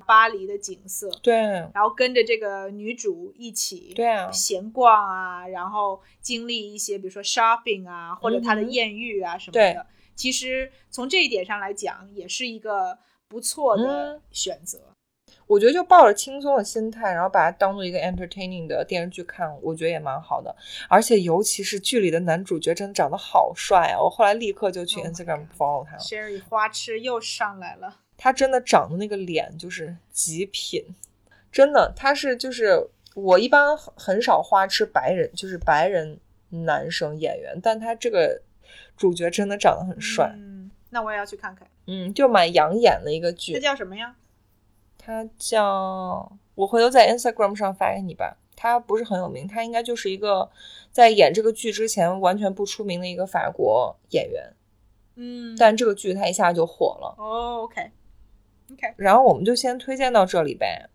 Speaker 2: 巴黎的景色，
Speaker 1: 对
Speaker 2: 然后跟着这个女主一起
Speaker 1: 对啊，
Speaker 2: 闲逛啊，然后经历一些比如说 shopping 啊，或者他的艳遇啊什
Speaker 1: 嗯
Speaker 2: 么
Speaker 1: 对
Speaker 2: 的。其实从这一点上来讲，也是一个不错
Speaker 1: 嗯
Speaker 2: 的选择。
Speaker 1: 我觉得就抱着轻松的心态，然后把它当做一个 entertaining 的电视剧看，我觉得也蛮好的。而且尤其是剧里的男主角真的长得好帅啊！我后来立刻就去
Speaker 2: Oh my
Speaker 1: Instagram
Speaker 2: God
Speaker 1: follow 他了，
Speaker 2: Sherry 花痴又上来了，
Speaker 1: 他真的长得那个脸就是极品，真的，他是就是我一般很很少花痴白人，就是白人男生演员，但他这个主角真的长得很帅，
Speaker 2: 嗯，那我也要去看看，
Speaker 1: 嗯，就蛮养眼的一个
Speaker 2: 这
Speaker 1: 剧，
Speaker 2: 叫什么呀？
Speaker 1: 他叫我回头在 Instagram 上发给你吧。他不是很有名，他应该就是一个在演这个剧之前完全不出名的一个法国演员，
Speaker 2: 嗯，
Speaker 1: 但这个剧他一下就火了。
Speaker 2: 哦，OK，OK、o (laughs) k OK，
Speaker 1: 然后我们就先推荐到这里呗。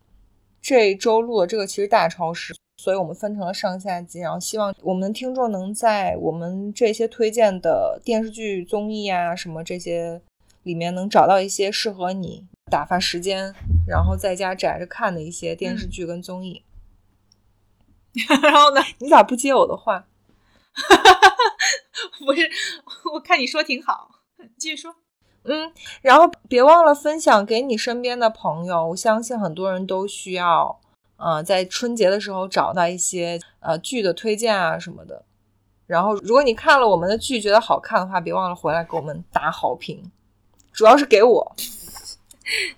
Speaker 1: 这一周录的这个其实大超时，所以我们分成了上下集，然后希望我们的听众能在我们这些推荐的电视剧、综艺啊什么这些里面能找到一些适合你打发时间，然后在家宅着看的一些电视剧跟综艺。
Speaker 2: 然后呢？
Speaker 1: 你咋不接我的话？
Speaker 2: 不是，我看你说挺好，继续说。
Speaker 1: 嗯，然后别忘了分享给你身边的朋友，我相信很多人都需要，呃，在春节的时候找到一些呃剧的推荐啊什么的。然后，如果你看了我们的剧觉得好看的话，别忘了回来给我们打好评，主要是给我。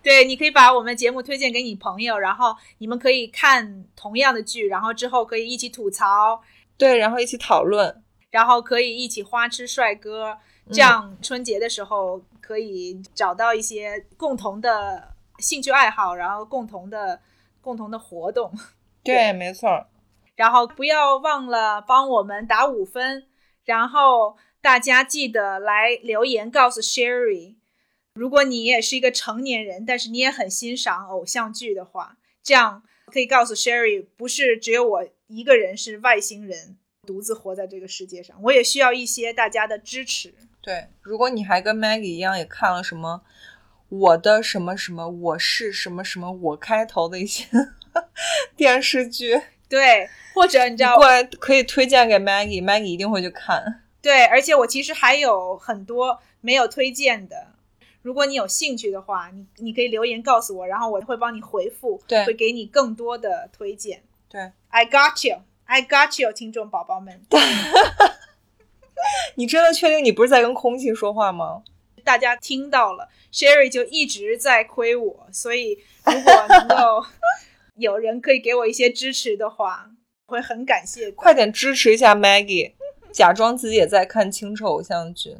Speaker 2: 对，你可以把我们节目推荐给你朋友，然后你们可以看同样的剧，然后之后可以一起吐槽，
Speaker 1: 对，然后一起讨论。
Speaker 2: 然后可以一起花痴帅哥，
Speaker 1: 嗯
Speaker 2: 这样春节的时候可以找到一些共同的兴趣爱好，然后共同的共同的活动，
Speaker 1: 对，没错。
Speaker 2: 然后不要忘了帮我们打五分，然后大家记得来留言告诉 Sherry，如果你也是一个成年人，但是你也很欣赏偶像剧的话，这样可以告诉 Sherry，不是只有我一个人是外星人，独自活在这个世界上，我也需要一些大家的支持。
Speaker 1: 对，如果你还跟 Maggie 一样也看了什么我的什么什么，我是什么什么，我开头的一些 (laughs) 电视剧。
Speaker 2: 对，或者你知道
Speaker 1: 过，来可以推荐给 Maggie，Maggie 一定会去看。
Speaker 2: 对，而且我其实还有很多没有推荐的。如果你有兴趣的话，你你可以留言告诉我，然后我会帮你回复，
Speaker 1: 对
Speaker 2: 会给你更多的推荐。
Speaker 1: 对
Speaker 2: I got you, I got you，听众宝宝们，
Speaker 1: 你真的确定你不是在跟空气说话吗？
Speaker 2: 大家听到了，Sherry 就一直在亏我，所以如果能够
Speaker 1: (laughs)
Speaker 2: 有人可以给我一些支持的话，我会很感谢的。
Speaker 1: 快点支持一下 Maggie，假装自己也在看清澈偶像剧。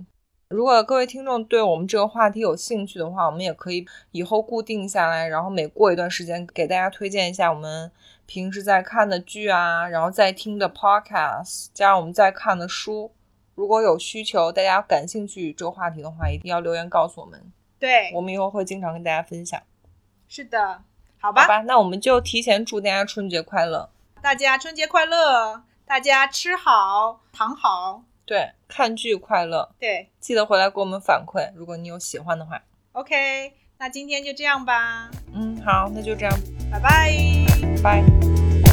Speaker 1: 如果各位听众对我们这个话题有兴趣的话，我们也可以以后固定下来，然后每过一段时间给大家推荐一下我们平时在看的剧啊，然后在听的 podcast，加上我们在看的书。如果有需求，大家感兴趣这个话题的话，一定要留言告诉我们，
Speaker 2: 对
Speaker 1: 我，们以后会经常跟大家分享。
Speaker 2: 是的，好吧，
Speaker 1: 好吧，那我们就提前祝大家春节快乐。
Speaker 2: 大家春节快乐，大家吃好，躺好，
Speaker 1: 对，看剧快乐，
Speaker 2: 对。
Speaker 1: 记得回来给我们反馈，如果你有喜欢的话。
Speaker 2: OK，那今天就这样吧，
Speaker 1: 嗯，好，那就这样，
Speaker 2: 拜拜。
Speaker 1: 拜拜。